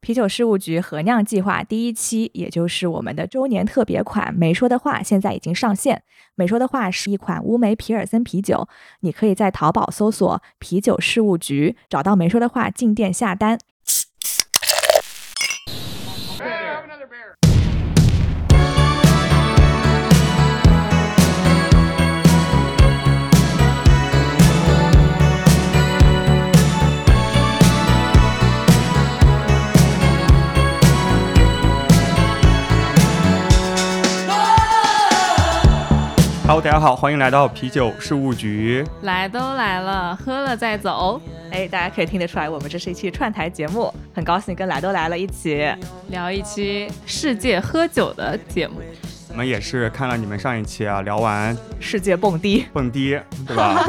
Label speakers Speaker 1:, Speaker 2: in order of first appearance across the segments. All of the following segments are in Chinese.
Speaker 1: 啤酒事务局合酿计划第一期，也就是我们的周年特别款“没说的话”，现在已经上线。“没说的话”是一款乌梅皮尔森啤酒，你可以在淘宝搜索“啤酒事务局”，找到“没说的话”进店下单。
Speaker 2: Hello，大家好，欢迎来到啤酒事务局。
Speaker 3: 来都来了，喝了再走，
Speaker 1: 哎，大家可以听得出来，我们这是一期串台节目，很高兴跟来都来了一起。
Speaker 3: 聊一期世界喝酒的节目。
Speaker 2: 我们也是看了你们上一期啊，聊完
Speaker 1: 世界蹦迪，
Speaker 2: 蹦迪，对吧？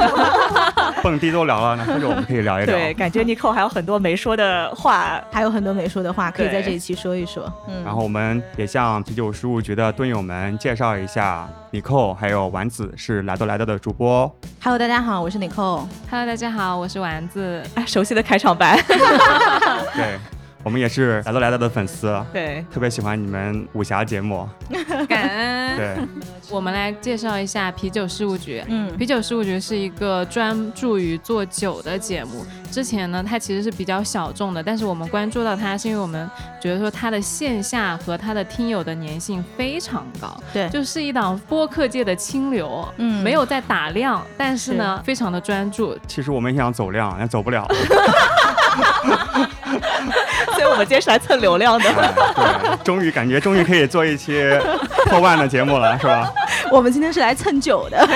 Speaker 2: 蹦迪都聊了，那或者我们可以聊一聊。
Speaker 1: 对，感觉 Nico 还有很多没说的话。
Speaker 4: 还有很多没说的话，可以
Speaker 1: 对
Speaker 4: 在这一期说一说。嗯，
Speaker 2: 然后我们也向啤酒事务局的队友们介绍一下，尼寇还有丸子是来都来到的主播哦。
Speaker 4: h e 大家好，我是 Nicole。
Speaker 3: Hello，大家好，我是丸 子。
Speaker 1: 啊，熟悉的开场白，
Speaker 2: 对，我们也是来都来到的粉丝，
Speaker 1: 对，
Speaker 2: 特别喜欢你们武侠节目。
Speaker 3: 感恩。
Speaker 2: 对，
Speaker 3: 我们来介绍一下啤酒事务局。
Speaker 4: 嗯
Speaker 3: 啤酒事务局是一个专注于做酒的节目。之前呢，它其实是比较小众的，但是我们关注到它，是因为我们觉得说它的线下和它的听友的粘性非常高，
Speaker 4: 对
Speaker 3: 就是一档播客界的清流，
Speaker 4: 嗯
Speaker 3: 没有在打量，但是呢，非常的专注，
Speaker 2: 其实我们也想走量，但走不了。
Speaker 1: 所以我们今天是来蹭流量的。
Speaker 2: 哎对，终于感觉终于可以做一期破万的节目了，是吧？
Speaker 4: 我们今天是来蹭酒 的，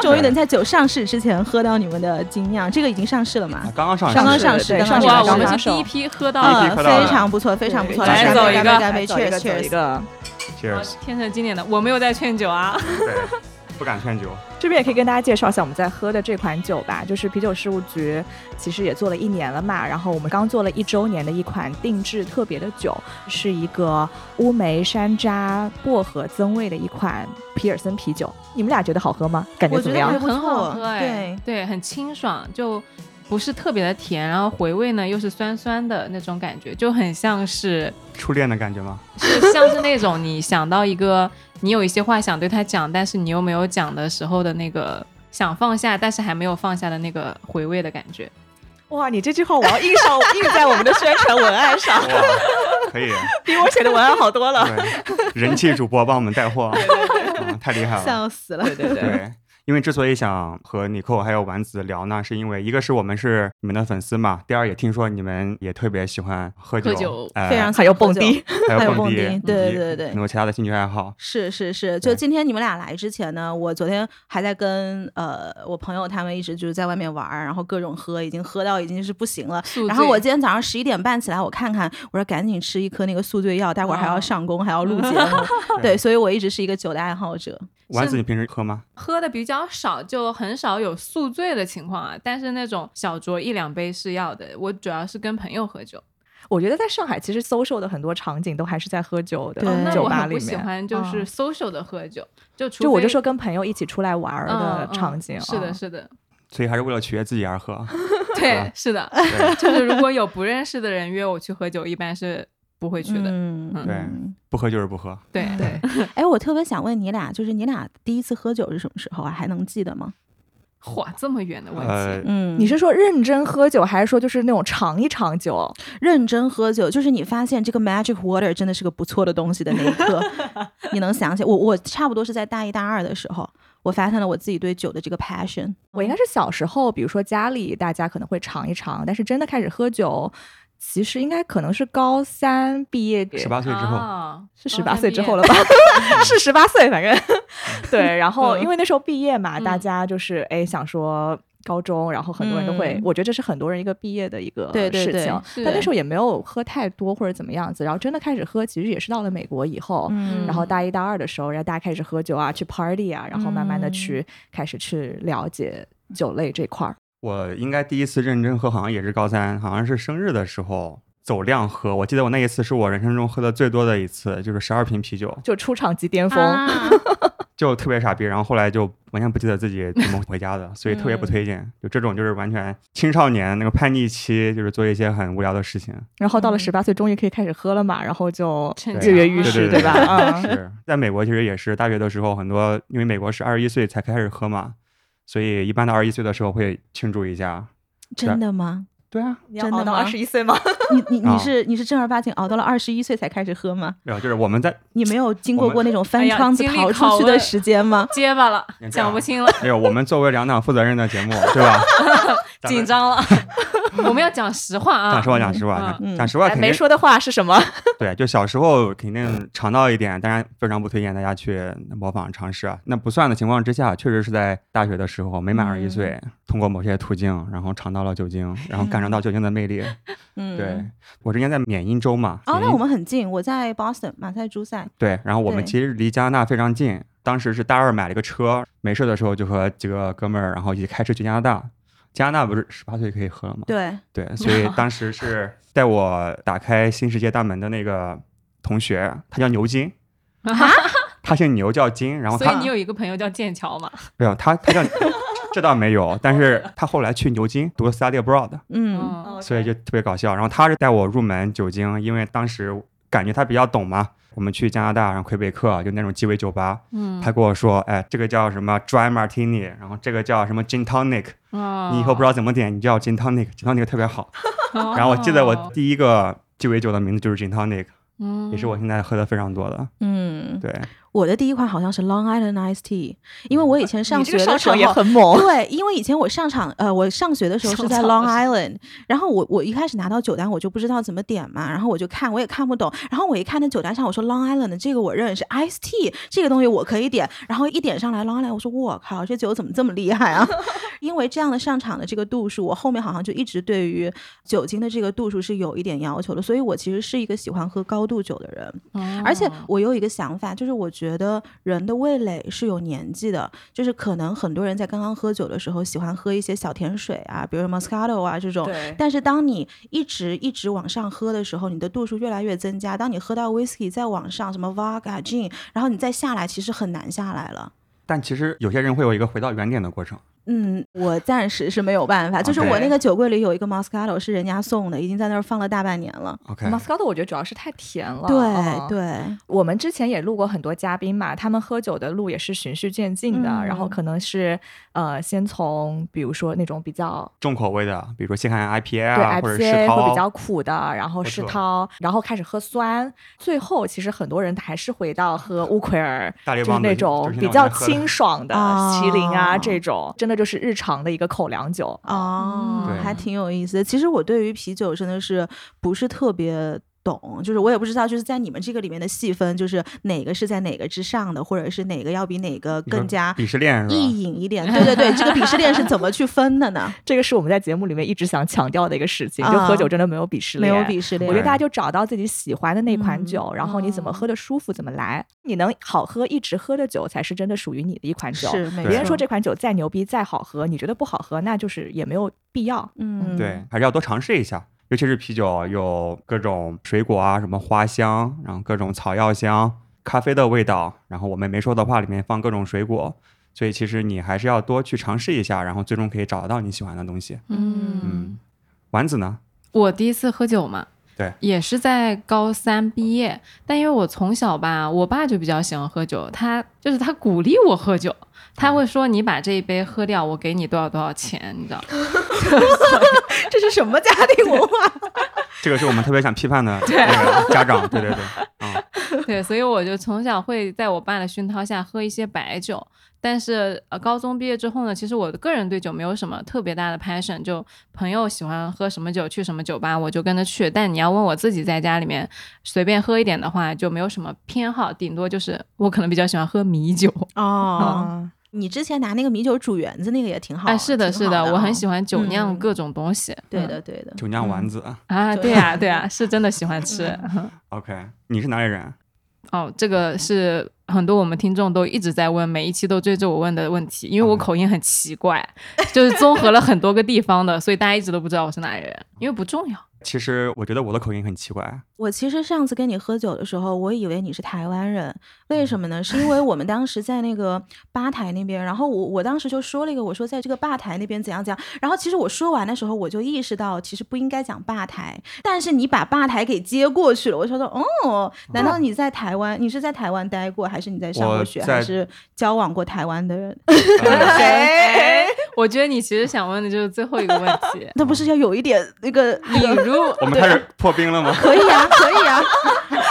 Speaker 4: 终于能在酒上市之前喝到你们的精酿，这个已经上市了
Speaker 2: 啊
Speaker 4: 吗？
Speaker 2: 刚刚上市，
Speaker 4: 刚刚
Speaker 1: 上
Speaker 4: 上
Speaker 1: 市
Speaker 4: 市，
Speaker 1: 对
Speaker 4: 刚刚
Speaker 1: 上
Speaker 3: 哇，
Speaker 1: 市
Speaker 4: 上
Speaker 3: 我
Speaker 1: 刚
Speaker 3: 们
Speaker 1: 刚
Speaker 3: 是第一批喝到
Speaker 2: 一
Speaker 3: 的
Speaker 2: 批
Speaker 4: 嗯，
Speaker 2: 喝到了
Speaker 4: 非常不错，非常不错。
Speaker 2: 对
Speaker 4: 来
Speaker 2: 来
Speaker 3: 走一个
Speaker 4: 干杯，
Speaker 1: 啊走
Speaker 4: 干
Speaker 1: 一
Speaker 4: 杯
Speaker 1: 个，走
Speaker 4: ，cheers，
Speaker 1: 一个。
Speaker 2: Cheers，
Speaker 3: 天成经典的，我没有在劝酒啊。
Speaker 2: 对，不敢劝酒。
Speaker 1: 这边也可以跟大家介绍一下我们在喝的这款酒吧，就是啤酒事务局，其实也做了一年了嘛。然后我们刚做了一周年的一款定制特别的酒，是一个乌梅、山楂、薄荷增味的一款皮尔森啤酒。你们俩觉得好喝吗？感觉
Speaker 4: 我
Speaker 1: 怎
Speaker 4: 觉
Speaker 1: 么样
Speaker 4: 得还？不
Speaker 3: 很好
Speaker 4: 错
Speaker 3: 喝，哎，对，很清爽，就不是特别的甜，然后回味呢又是酸酸的那种感觉，就很像是
Speaker 2: 初恋的感觉吗？
Speaker 3: 是像是那种你想到一个你有一些话想对他讲，但是你又没有讲的时候的那个想放下，但是还没有放下的那个回味的感觉。
Speaker 1: 哇，你这句话我要印上，印在我们的宣传文案上，
Speaker 2: 哇，可以，
Speaker 1: 比我写的文案好多 了。
Speaker 2: 对，人气主播帮我们带货，嗯太厉害了。
Speaker 4: 对，笑死了。
Speaker 1: 对对对。
Speaker 2: 对，因为之所以想和尼寇还有丸子聊呢，是因为一个是我们是你们的粉丝嘛，第二也听说你们也特别喜欢喝酒，
Speaker 3: 喝酒
Speaker 2: 哎
Speaker 4: 非常
Speaker 1: 还有蹦迪，
Speaker 2: 还
Speaker 4: 还有
Speaker 2: 蹦
Speaker 4: 蹦迪
Speaker 2: 以
Speaker 4: 对
Speaker 2: 及
Speaker 4: 对对
Speaker 2: 很多其他的兴趣爱好。
Speaker 4: 是是是，就
Speaker 2: 对。
Speaker 4: 今天你们俩来之前呢，我昨天还在跟呃我朋友他们一直就是在外面玩儿，然后各种喝，已经喝到已经是不行了。
Speaker 3: 宿
Speaker 4: 然后
Speaker 3: 醉
Speaker 4: 我今天早上十一点半起来，我看看，我说赶紧吃一颗那个宿醉药，待会儿还
Speaker 1: 啊
Speaker 4: 要
Speaker 3: 哦
Speaker 4: 上工，还 要录节目对，所以我一直是一个酒的爱好者。
Speaker 2: 丸子，你平时喝吗？
Speaker 3: 喝的比较少，就很少有宿醉的情况啊。但是那种小酌一两杯是要的。我主要是跟朋友喝酒，
Speaker 1: 我觉得在上海其实 social 的很多场景都还是在喝酒的
Speaker 4: 对
Speaker 3: 哦那
Speaker 1: 酒
Speaker 3: 我
Speaker 1: 吧
Speaker 3: 很
Speaker 1: 里
Speaker 3: 不喜
Speaker 1: 面。
Speaker 3: 欢就
Speaker 1: 嗯
Speaker 3: 是 social 的喝酒，就除
Speaker 1: 就我
Speaker 3: 非
Speaker 1: 就说跟朋友一起出来玩儿的
Speaker 3: 嗯嗯
Speaker 1: 场景，
Speaker 3: 是
Speaker 1: 嗯
Speaker 3: 的，是的，
Speaker 2: 所以还是为了取悦自己而 喝。嗯
Speaker 3: 对，是的，
Speaker 2: 对
Speaker 3: 就是如果有不认识的人约我去喝酒，一般是不会去的。
Speaker 4: 嗯
Speaker 3: 嗯
Speaker 2: 对
Speaker 4: 嗯
Speaker 2: 不喝就是不喝。
Speaker 3: 对，
Speaker 1: 对，
Speaker 4: 哎，我特别想问你俩，就是你俩第一次喝酒是什么时候啊？还能记得吗？
Speaker 3: 哇，这么远的问
Speaker 2: 呃
Speaker 3: 题，，
Speaker 4: 嗯
Speaker 1: 你是说认真喝酒，还是说就是那种尝一尝酒？
Speaker 4: 认真喝酒，就是你发现这个 magic water 真的是个不错的东西的那一 刻，你能想起我？我差不多是在大一大二的时候，我发现了我自己对酒的这个 passion。
Speaker 1: 我应该是小时候，比如说家里大家可能会尝一尝，但是真的开始喝酒，其实应该可能是高三毕业
Speaker 2: 十呃八岁之后，
Speaker 3: 啊
Speaker 1: 是
Speaker 3: 高
Speaker 1: 十八
Speaker 3: 三
Speaker 1: 岁
Speaker 3: 毕
Speaker 1: 之
Speaker 3: 业
Speaker 1: 后了 吧？是十八岁，反正对。然后
Speaker 3: 嗯
Speaker 1: 因为那时候毕业嘛，
Speaker 3: 嗯
Speaker 1: 大家就是哎想说高中，然后很多人都会，
Speaker 4: 嗯
Speaker 1: 我觉得这是很多人一个毕业的一个
Speaker 4: 对对
Speaker 1: 事
Speaker 4: 对
Speaker 1: 情。
Speaker 3: 是
Speaker 1: 但那时候也没有喝太多或者怎么样子，然后真的开始喝，其实也是到了美国以后，
Speaker 4: 嗯
Speaker 1: 然后大一大二的时候，然后大家开始喝酒啊，去 party 啊，然后慢慢的
Speaker 4: 嗯
Speaker 1: 去、开始去了解酒类这块儿。
Speaker 2: 我应该第一次认真喝，好像也是高三，好像是生日的时候走量喝。我记得我那一次是我人生中喝的最多的一次，就是十二瓶啤酒。
Speaker 1: 就出场即巅峰，
Speaker 4: 啊
Speaker 2: 就特别傻逼，然后后来就完全不记得自己怎么回家的，所以特别不推荐。就这种就是完全青少年那个叛逆期，就是做一些很无聊的事情。
Speaker 1: 然后到了
Speaker 3: 嗯
Speaker 1: 十八岁，终于可以开始喝了嘛，然后就
Speaker 3: 趁
Speaker 2: 对
Speaker 1: 跃跃欲
Speaker 3: 啊
Speaker 1: 试，
Speaker 2: 对对
Speaker 1: 吧？
Speaker 2: 对
Speaker 1: 啊，
Speaker 2: 是在美国其实也是，大学的时候很多，因为美国是二十一岁才开始喝嘛，所以一般到二十一岁的时候会庆祝一下。
Speaker 4: 真的吗？
Speaker 2: 对啊，
Speaker 1: 你要
Speaker 4: 真的
Speaker 1: 熬到
Speaker 4: 吗
Speaker 1: 二十一岁吗？
Speaker 4: 你你
Speaker 2: 啊
Speaker 4: 你是你是正儿八经熬到了二十一岁才开始喝吗？
Speaker 2: 没有，就是我们在
Speaker 4: 你没有经过
Speaker 2: 我们
Speaker 4: 过那种
Speaker 3: 哎
Speaker 4: 翻
Speaker 3: 呀
Speaker 4: 窗子
Speaker 3: 经历
Speaker 4: 逃
Speaker 3: 拷
Speaker 4: 出去的
Speaker 3: 问
Speaker 4: 时 间吗？
Speaker 3: 结巴了
Speaker 2: 你，看
Speaker 3: 讲不清了，
Speaker 2: 没有，哎我们作为两档负责任的节目， 对 吧？咱们
Speaker 3: 紧。 张了。我们要讲实话啊
Speaker 2: 讲实，话，讲实话，
Speaker 4: 嗯
Speaker 2: 讲实话
Speaker 1: 哎
Speaker 2: 肯
Speaker 1: 没
Speaker 2: 定
Speaker 1: 说的话是什么？
Speaker 2: 对，就小时候肯定尝到一点，当然非常不推荐大家去模仿尝试啊。那不算的情况之下，确实是在大学的时候没满二十一岁，
Speaker 4: 嗯
Speaker 2: 通过某些途径，然后尝到了酒精，然后感受到酒精的魅力。
Speaker 4: 嗯，
Speaker 2: 对。我之前在缅因州嘛，
Speaker 4: 哦，
Speaker 2: 缅
Speaker 4: 那
Speaker 2: 因
Speaker 4: 我们很近，我在 Boston 马赛诸塞。
Speaker 2: 对，然后我们
Speaker 4: 对
Speaker 2: 其实离加拿大非常近，当时是大二买了一个车，没事的时候就和几个哥们儿，然后一起开车去加拿大。加拿大不是十八岁可以喝了吗？
Speaker 4: 对，
Speaker 2: 对，所以当时 是带我打开新世界大门的那个同学，他叫牛金，他姓牛叫金，然后
Speaker 3: 啊所以
Speaker 2: 他
Speaker 3: 你有一个朋友叫剑桥嘛？
Speaker 2: 没有他 他叫这倒没有，但是
Speaker 3: 哦
Speaker 2: 他后来去牛津读了 study abroad，
Speaker 4: 嗯，
Speaker 3: 嗯，
Speaker 1: 哦
Speaker 2: 所以就特别搞笑。然后他是带我入门酒精，因为当时感觉他比较懂嘛。我们去加拿大，然后魁北克就那种鸡尾酒吧，
Speaker 3: 嗯
Speaker 2: 他跟我说，哎，这个叫什么 dry martini，然后这个叫什么 gin tonic，你以后不知
Speaker 3: 哦
Speaker 2: 道怎么点，你叫 gin tonic，gin tonic 特别好。
Speaker 1: 哦
Speaker 3: 道
Speaker 2: 然后我记得我第一个鸡尾酒的名字就是 Gin Tonic，
Speaker 3: 嗯
Speaker 2: 也是我现在喝的非常多的。
Speaker 4: 嗯，
Speaker 2: 对，
Speaker 4: 我的第一款好像是 Long Island Iced Tea，因为我以前上
Speaker 1: 你这
Speaker 4: 学
Speaker 1: 个
Speaker 4: 的
Speaker 1: 上
Speaker 4: 时候
Speaker 1: 手也很 猛，
Speaker 4: 对，因为以前我上场，呃，我上学的时候是在
Speaker 3: 上
Speaker 4: Long
Speaker 3: 场
Speaker 4: Island，然后我我一开始拿到酒单，我就不知道怎么点嘛，然后我就看，我也看不懂，然后我一看那酒单上，我说 Long Island 的这个我认识，Ice Tea 这个东西我可以点，然后一点上来 Long Island，我说我靠，这酒怎么这么厉害啊？ 因为这样的上场的这个度数，我后面好像就一直对于酒精的这个度数是有一点要求的，所以我其实是一个喜欢喝高度酒的人。
Speaker 3: 哦
Speaker 4: 而且我有一个想法，就是我觉得人的味蕾是有年纪的，就是可能很多人在刚刚喝酒的时候喜欢喝一些小甜水啊，比如 Moscato 啊这种。
Speaker 1: 对，
Speaker 4: 但是当你一直一直往上喝的时候，你的度数越来越增加。当你喝到 whisky 再往上，什么 vodka、gin，然后你再下来，其实很难下来了。
Speaker 2: 但其实有些人会有一个回到原点的过程。
Speaker 4: 嗯，我暂时是没有办法，就是我那个酒柜里有一个 Moscato 是人家送的，已经在那儿放了大半年了。
Speaker 2: OK，
Speaker 1: Moscato 我觉得主要是太甜了，嗯
Speaker 4: 对对，
Speaker 1: 我们之前也录过很多嘉宾嘛，他们喝酒的路也是循序渐进的，
Speaker 4: 嗯
Speaker 1: 然后可能是呃，先从比如说那种比较
Speaker 2: 重口味的，比如说西海岸 IPA
Speaker 1: 对
Speaker 2: 啊，或者世
Speaker 1: IPA 会比较
Speaker 2: 涛，
Speaker 1: 苦的，然后
Speaker 2: 没
Speaker 1: 世
Speaker 2: 错
Speaker 1: 涛，然后开始喝酸，最后其实很多人还是回到喝乌奎尔，
Speaker 2: 大列
Speaker 1: 就是
Speaker 2: 邦的
Speaker 1: 那
Speaker 2: 就
Speaker 1: 种
Speaker 2: 是那
Speaker 1: 比
Speaker 2: 种
Speaker 1: 较
Speaker 2: 在喝的
Speaker 1: 清爽的
Speaker 4: 啊
Speaker 1: 麒麟啊，这种真的就是日常的一个口粮酒。啊
Speaker 4: 哦
Speaker 2: 对，
Speaker 4: 还挺有意思的。其实我对于啤酒真的是不是特别懂，就是我也不知道，就是在你们这个里面的细分，就是哪个是在哪个之上的，或者是哪个要比哪个
Speaker 2: 你说
Speaker 4: 更加
Speaker 2: 鄙视链是吧？
Speaker 4: 意淫一点。对对对，这个鄙视链是怎么去分的呢？
Speaker 1: 这个是我们在节目里面一直想强调的一个事情，就
Speaker 4: 啊
Speaker 1: 喝酒真的没有鄙视
Speaker 4: 没
Speaker 1: 链，
Speaker 4: 有鄙视链
Speaker 1: 我觉得大家就找到自己喜欢的那款
Speaker 4: 嗯
Speaker 1: 酒，然后你怎么喝的舒服怎么来。你能好喝一直喝的酒，才是真的属于你的一款酒。
Speaker 4: 是，没
Speaker 1: 别人
Speaker 4: 错
Speaker 1: 说这款酒再牛逼再好喝，你觉得不好喝，那就是也没有必要。
Speaker 4: 嗯
Speaker 2: 对，还是要多尝试一下。尤其是啤酒，有各种水果啊，什么花香，然后各种草药香，咖啡的味道，然后我们没说的话里面放各种水果，所以其实你还是要多去尝试一下，然后最终可以找得到你喜欢的东西。
Speaker 3: 嗯
Speaker 2: 嗯，丸子呢？
Speaker 3: 我第一次喝酒嘛，
Speaker 2: 对，
Speaker 3: 也是在高三毕业。但因为我从小吧，我爸就比较喜欢喝酒，他就是他鼓励我喝酒，他会说你把这一杯喝掉，我给你多少多少钱，你知道？
Speaker 4: 这是什么家庭文化？
Speaker 2: 这个是我们特别想批 判的那个家长，对对对，啊、
Speaker 3: 对，所以我就从小会在我爸的熏陶下喝一些白酒。但是呃，高中毕业之后呢，其实我个人对酒没有什么特别大的 passion，就朋友喜欢喝什么酒去什么酒吧，我就跟着去。但你要问我自己在家里面随便喝一点的话，就没有什么偏好，顶多就是我可能比较喜欢喝米酒。
Speaker 4: 哦，
Speaker 1: 嗯
Speaker 4: 你之前拿那个米酒煮圆子那个也挺好，
Speaker 3: 哎，是的，
Speaker 4: 挺
Speaker 3: 是
Speaker 4: 好的
Speaker 3: 的，
Speaker 4: 啊，
Speaker 3: 我很喜欢酒酿
Speaker 4: 嗯
Speaker 3: 各种东西。
Speaker 4: 对
Speaker 3: 嗯
Speaker 4: 的，对的。
Speaker 2: 酒酿丸子、
Speaker 1: 嗯
Speaker 3: 啊，
Speaker 4: 对嗯
Speaker 3: 对呀、对呀、是真的喜欢吃。
Speaker 2: o k 你是哪里人？
Speaker 3: 哦，这个是很多我们听众都一直在问，每一期都追着我问的问题，因为我口音很奇怪，就是综合了很多个地方的，所以大家一直都不知道我是哪里人，因为不重要。
Speaker 2: 其实我觉得我的口音很奇怪，
Speaker 1: 哦
Speaker 4: 我其实上次跟你喝酒的时候，我以为你是台湾人，为
Speaker 2: 嗯
Speaker 4: 什么呢？是因为我们当时在那个吧台那边，然后我我当时就说了一个，我说在这个吧台那边怎样怎样，然后其实我说完的时候，我就意识到其实不应该讲吧台，但是你把吧台给接过去了，我说说哦，难道你在台湾，你是在台湾待过，还是你在上过
Speaker 2: 嗯我
Speaker 4: 学，
Speaker 2: 在
Speaker 4: 还是交往过台湾 的人？，
Speaker 2: 呃
Speaker 3: 哎，我觉得你其实想问的就是最后一个问 题
Speaker 4: 那不是要有一点那个
Speaker 3: 比如
Speaker 2: 我们
Speaker 1: 啊
Speaker 2: 开始破冰 了吗？
Speaker 4: 可以 啊，可以啊。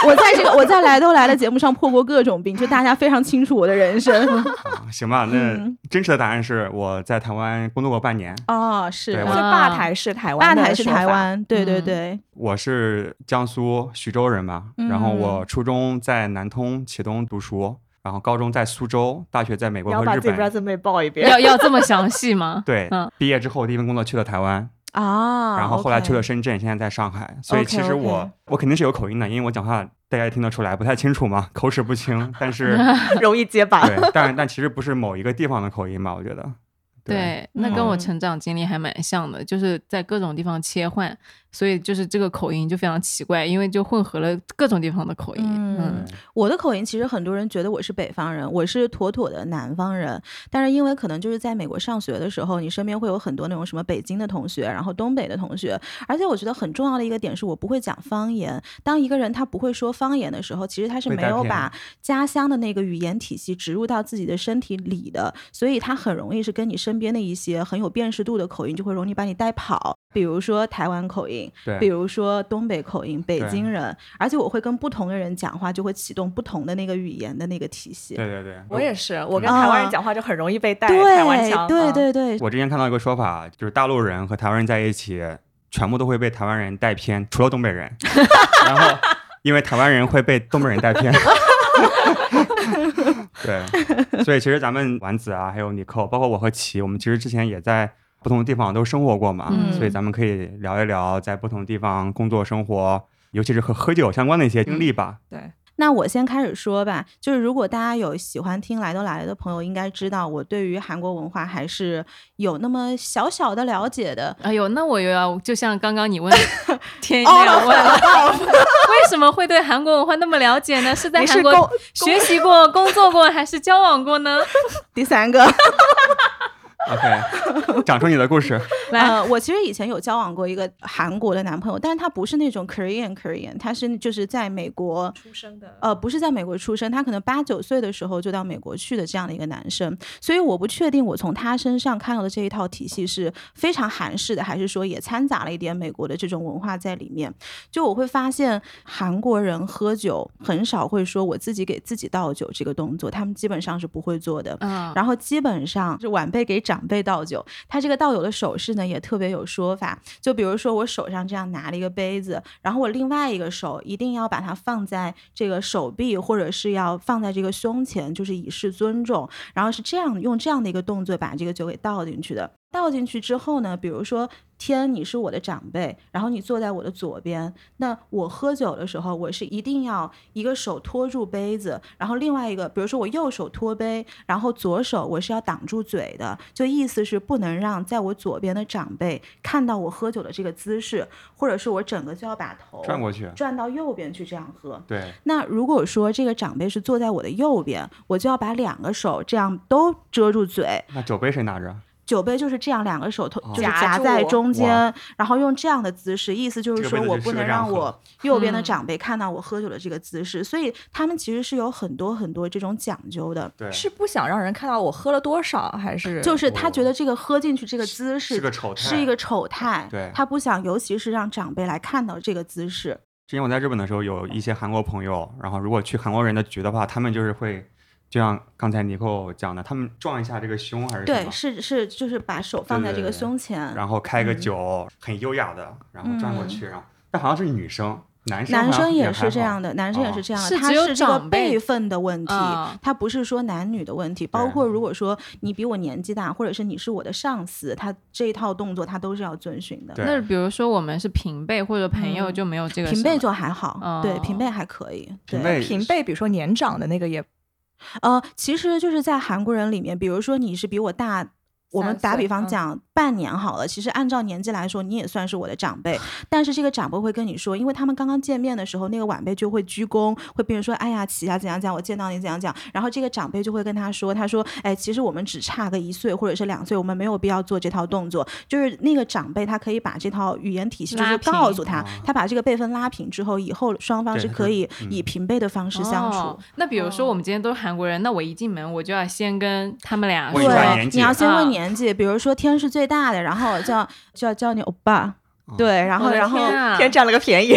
Speaker 4: 我在这个我在来都来了节目上破过各种冰，就大家非常清楚我的人生。
Speaker 2: 啊行吧，那
Speaker 4: 嗯
Speaker 2: 真实的答案是我在台湾工作过半年，
Speaker 4: 哦，是
Speaker 2: 对
Speaker 1: 所以
Speaker 2: 我
Speaker 1: 吧台是台湾
Speaker 4: 吧
Speaker 1: 的
Speaker 4: 台是
Speaker 1: 说
Speaker 4: 台
Speaker 1: 法，
Speaker 4: 湾，对对
Speaker 3: 嗯
Speaker 4: 对，
Speaker 2: 我是江苏徐州人嘛，然后
Speaker 4: 嗯
Speaker 2: 我初中在南通启东读书，然后高中在苏州，大学在美国
Speaker 1: 然后
Speaker 2: 和
Speaker 1: 把
Speaker 2: 日
Speaker 1: 自己
Speaker 2: 本。
Speaker 1: resume 报一遍。
Speaker 3: 要要这么详细吗？
Speaker 2: 对，
Speaker 3: 嗯
Speaker 2: 毕业之后第一份工作去了台湾，
Speaker 4: 啊。
Speaker 2: 嗯然后后来去了
Speaker 4: OK
Speaker 2: 深圳，现在在上海。所以其实
Speaker 4: OK，OK
Speaker 2: 我我肯定是有口音的，因为我讲话大家也听得出来，不太清楚嘛，口齿不 清。但是
Speaker 1: 容易结巴。
Speaker 2: 对，但但其实不是某一个地方的口音吧，我觉得。
Speaker 3: 对，那跟我
Speaker 4: 嗯
Speaker 3: 成长经历还蛮像的，就是在各种地方切换，所以就是这个口音就非常奇怪，因为就混合了各种地方的口音。嗯
Speaker 4: 嗯，我的口音其实很多人觉得我是北方人，我是妥妥的南方人。但是因为可能就是在美国上学的时候，你身边会有很多那种什么北京的同学，然后东北的同学。而且我觉得很重要的一个点是我不会讲方言。当一个人他不会说方言的时候，其实他是
Speaker 2: 被
Speaker 4: 没
Speaker 2: 带
Speaker 4: 有
Speaker 2: 偏
Speaker 4: 把家乡的那个语言体系植入到自己的身体里的，所以他很容易是跟你身边的一些很有辨识度的口音就会容易把你带跑。比如说台湾口音，
Speaker 2: 对
Speaker 4: 比
Speaker 2: 对
Speaker 4: 如说东北口音、北
Speaker 2: 对
Speaker 4: 京人，而且我会跟不同的人讲话，就会启动不同的那个语言的那个体系。
Speaker 2: 对对，
Speaker 1: 我也是，我跟
Speaker 4: 嗯
Speaker 1: 台湾人讲话就很容易被带台湾
Speaker 4: 对
Speaker 1: 腔。
Speaker 4: 对
Speaker 1: 嗯，
Speaker 4: 对对，
Speaker 2: 我之前看到一个说法，就是大陆人和台湾人在一起，全部都会被台湾人带偏，除了东北 人。然后，因为台湾人会被东北人带偏。 对，所以其实咱们丸子啊，还有你寇，包括我和齐，我们其实之前也在不同的地方都生活过嘛，
Speaker 3: 嗯
Speaker 2: 所以咱们可以聊一聊在不同地方工作生活，尤其是和喝酒相关的一些经历吧。
Speaker 4: 那我先开始说吧，就是如果大家有喜欢听来都来了的朋友，应该知道我对于韩国文化还是有那么小小的了解的。
Speaker 3: 哎呦，那我又要就像刚刚你问 天一
Speaker 4: 哦
Speaker 3: 那样问 了，为什么会对韩国文化那么了解 呢？是在
Speaker 1: 你
Speaker 3: 韩
Speaker 1: 是
Speaker 3: 国
Speaker 1: 够
Speaker 3: 学习过、工作过，还是交往过呢？
Speaker 4: 第三个，
Speaker 3: 嗯
Speaker 2: OK，讲出你的故 事。
Speaker 3: 来
Speaker 4: 呃，我其实以前有交往过一个韩国的男朋友，但是他不是那种 Korean Korean，他是就是在美国
Speaker 1: 出生的
Speaker 4: 呃，不是在美国出生，他可能八九岁的时候就到美国去的这样的一个男生，所以我不确定我从他身上看到的这一套体系是非常韩式的，还是说也掺杂了一点美国的这种文化在里面。就我会发现韩国人喝酒很少会说我自己给自己倒酒这个动作，他们基本上是不会做的。
Speaker 3: 嗯，
Speaker 4: 然后基本上是晚辈给长辈倒酒，他这个倒酒的手势呢也特别有说法。就比如说我手上这样拿了一个杯子，然后我另外一个手一定要把它放在这个手臂，或者是要放在这个胸前，就是以示尊重。然后是这样用这样的一个动作把这个酒给倒进去的。倒进去之后呢，比如说天，你是我的长辈，然后你坐在我的左边，那我喝酒的时候，我是一定要一个手托住杯子，然后另外一个，比如说我右手托杯，然后左手我是要挡住嘴的，就意思是不能让在我左边的长辈看到我喝酒的这个姿势，或者是我整个就要把头
Speaker 2: 转过去
Speaker 4: 转到右边去这样喝。
Speaker 2: 对，
Speaker 4: 那如果说这个长辈是坐在我的右边，我就要把两个手这样都遮住嘴，
Speaker 2: 那酒杯谁拿着？
Speaker 4: 酒杯就是这样两个手头就是
Speaker 1: 夹
Speaker 4: 夹在
Speaker 1: 住
Speaker 4: 中间
Speaker 2: 哦哇，
Speaker 4: 然后用这样的姿势，意思就是
Speaker 2: 这个
Speaker 4: 说
Speaker 2: 杯子
Speaker 4: 我
Speaker 2: 就
Speaker 4: 不
Speaker 2: 适合
Speaker 4: 能
Speaker 2: 这样
Speaker 4: 让
Speaker 2: 喝
Speaker 4: 我右边的
Speaker 3: 嗯
Speaker 4: 长辈看到我喝酒的这个姿势，所以他们其实是有很多很多这种讲究的。
Speaker 2: 对，
Speaker 1: 是不想让人看到我喝了多少，还是
Speaker 4: 就是他觉
Speaker 2: 哦
Speaker 4: 得这个喝进去这个姿势
Speaker 2: 是个丑态，
Speaker 4: 是一个丑态，
Speaker 2: 对
Speaker 4: 他不想，尤其是让长辈来看到这个姿势。
Speaker 2: 之前我在日本的时候，有一些韩国朋友，然后如果去韩国人的局的话，他们就是会，就像刚才尼寇讲的，他们撞一下这个胸还是什
Speaker 4: 对，
Speaker 2: 么，
Speaker 4: 是是，就是把手放在这个
Speaker 2: 对对对
Speaker 4: 胸前，
Speaker 2: 然后开个
Speaker 4: 嗯
Speaker 2: 酒，很优雅的，然后转过去，然后但好像是女生，男生
Speaker 4: 男
Speaker 2: 好像
Speaker 4: 生也
Speaker 2: 还好
Speaker 4: 是这样，的，男生也
Speaker 2: 哦
Speaker 4: 是这样的，
Speaker 3: 是
Speaker 4: 他
Speaker 3: 只有
Speaker 4: 是这个
Speaker 3: 长辈
Speaker 4: 辈分的问题
Speaker 3: 啊，
Speaker 4: 他不是说男女的问题。包
Speaker 2: 对
Speaker 4: 括如果说你比我年纪大，或者是你是我的上司，他这一套动作他都是要遵循的。
Speaker 2: 对
Speaker 3: 那比如说我们是平辈或者朋友，
Speaker 4: 嗯
Speaker 3: 就没有这个
Speaker 4: 平
Speaker 3: 什
Speaker 4: 辈
Speaker 3: 么
Speaker 4: 就还好，对，平
Speaker 3: 哦
Speaker 4: 辈还可以。
Speaker 2: 平
Speaker 4: 对，
Speaker 2: 辈
Speaker 1: 平辈，比如说年长的那个也
Speaker 4: 呃，其实就是在韩国人里面，比如说你是比我大，我们
Speaker 1: 三
Speaker 4: 打
Speaker 1: 岁
Speaker 4: 比方
Speaker 1: 嗯
Speaker 4: 讲半年好了，其实按照年纪来说，你也算是我的长辈，但是这个长辈会跟你说，因为他们刚刚见面的时候，那个晚辈就会鞠躬，会变成说，哎呀，琪啊，怎样怎样，我见到你怎样怎样，然后这个长辈就会跟他说，他说，哎，其实我们只差个一岁或者是两岁，我们没有必要做这套动作，就是那个长辈他可以把这套语言体系就是
Speaker 3: 拉平
Speaker 4: 告诉他
Speaker 2: 哦，
Speaker 4: 他把这个辈分拉平之后，以后双方
Speaker 2: 对
Speaker 4: 是
Speaker 2: 他
Speaker 4: 可
Speaker 2: 就
Speaker 4: 以
Speaker 2: 嗯
Speaker 4: 以平辈的方式相处。
Speaker 3: 哦那比如说我们今天都是韩国人，那我一进门我就要先跟他们俩
Speaker 2: 问一
Speaker 3: 说
Speaker 2: 下年纪
Speaker 4: 对，你要先
Speaker 3: 啊
Speaker 4: 问年纪，比如说天是最大的，然后叫叫叫你欧巴
Speaker 2: 哦，
Speaker 4: 对，然后
Speaker 3: 我的
Speaker 4: 然后
Speaker 3: 天啊
Speaker 1: 天占了个便宜。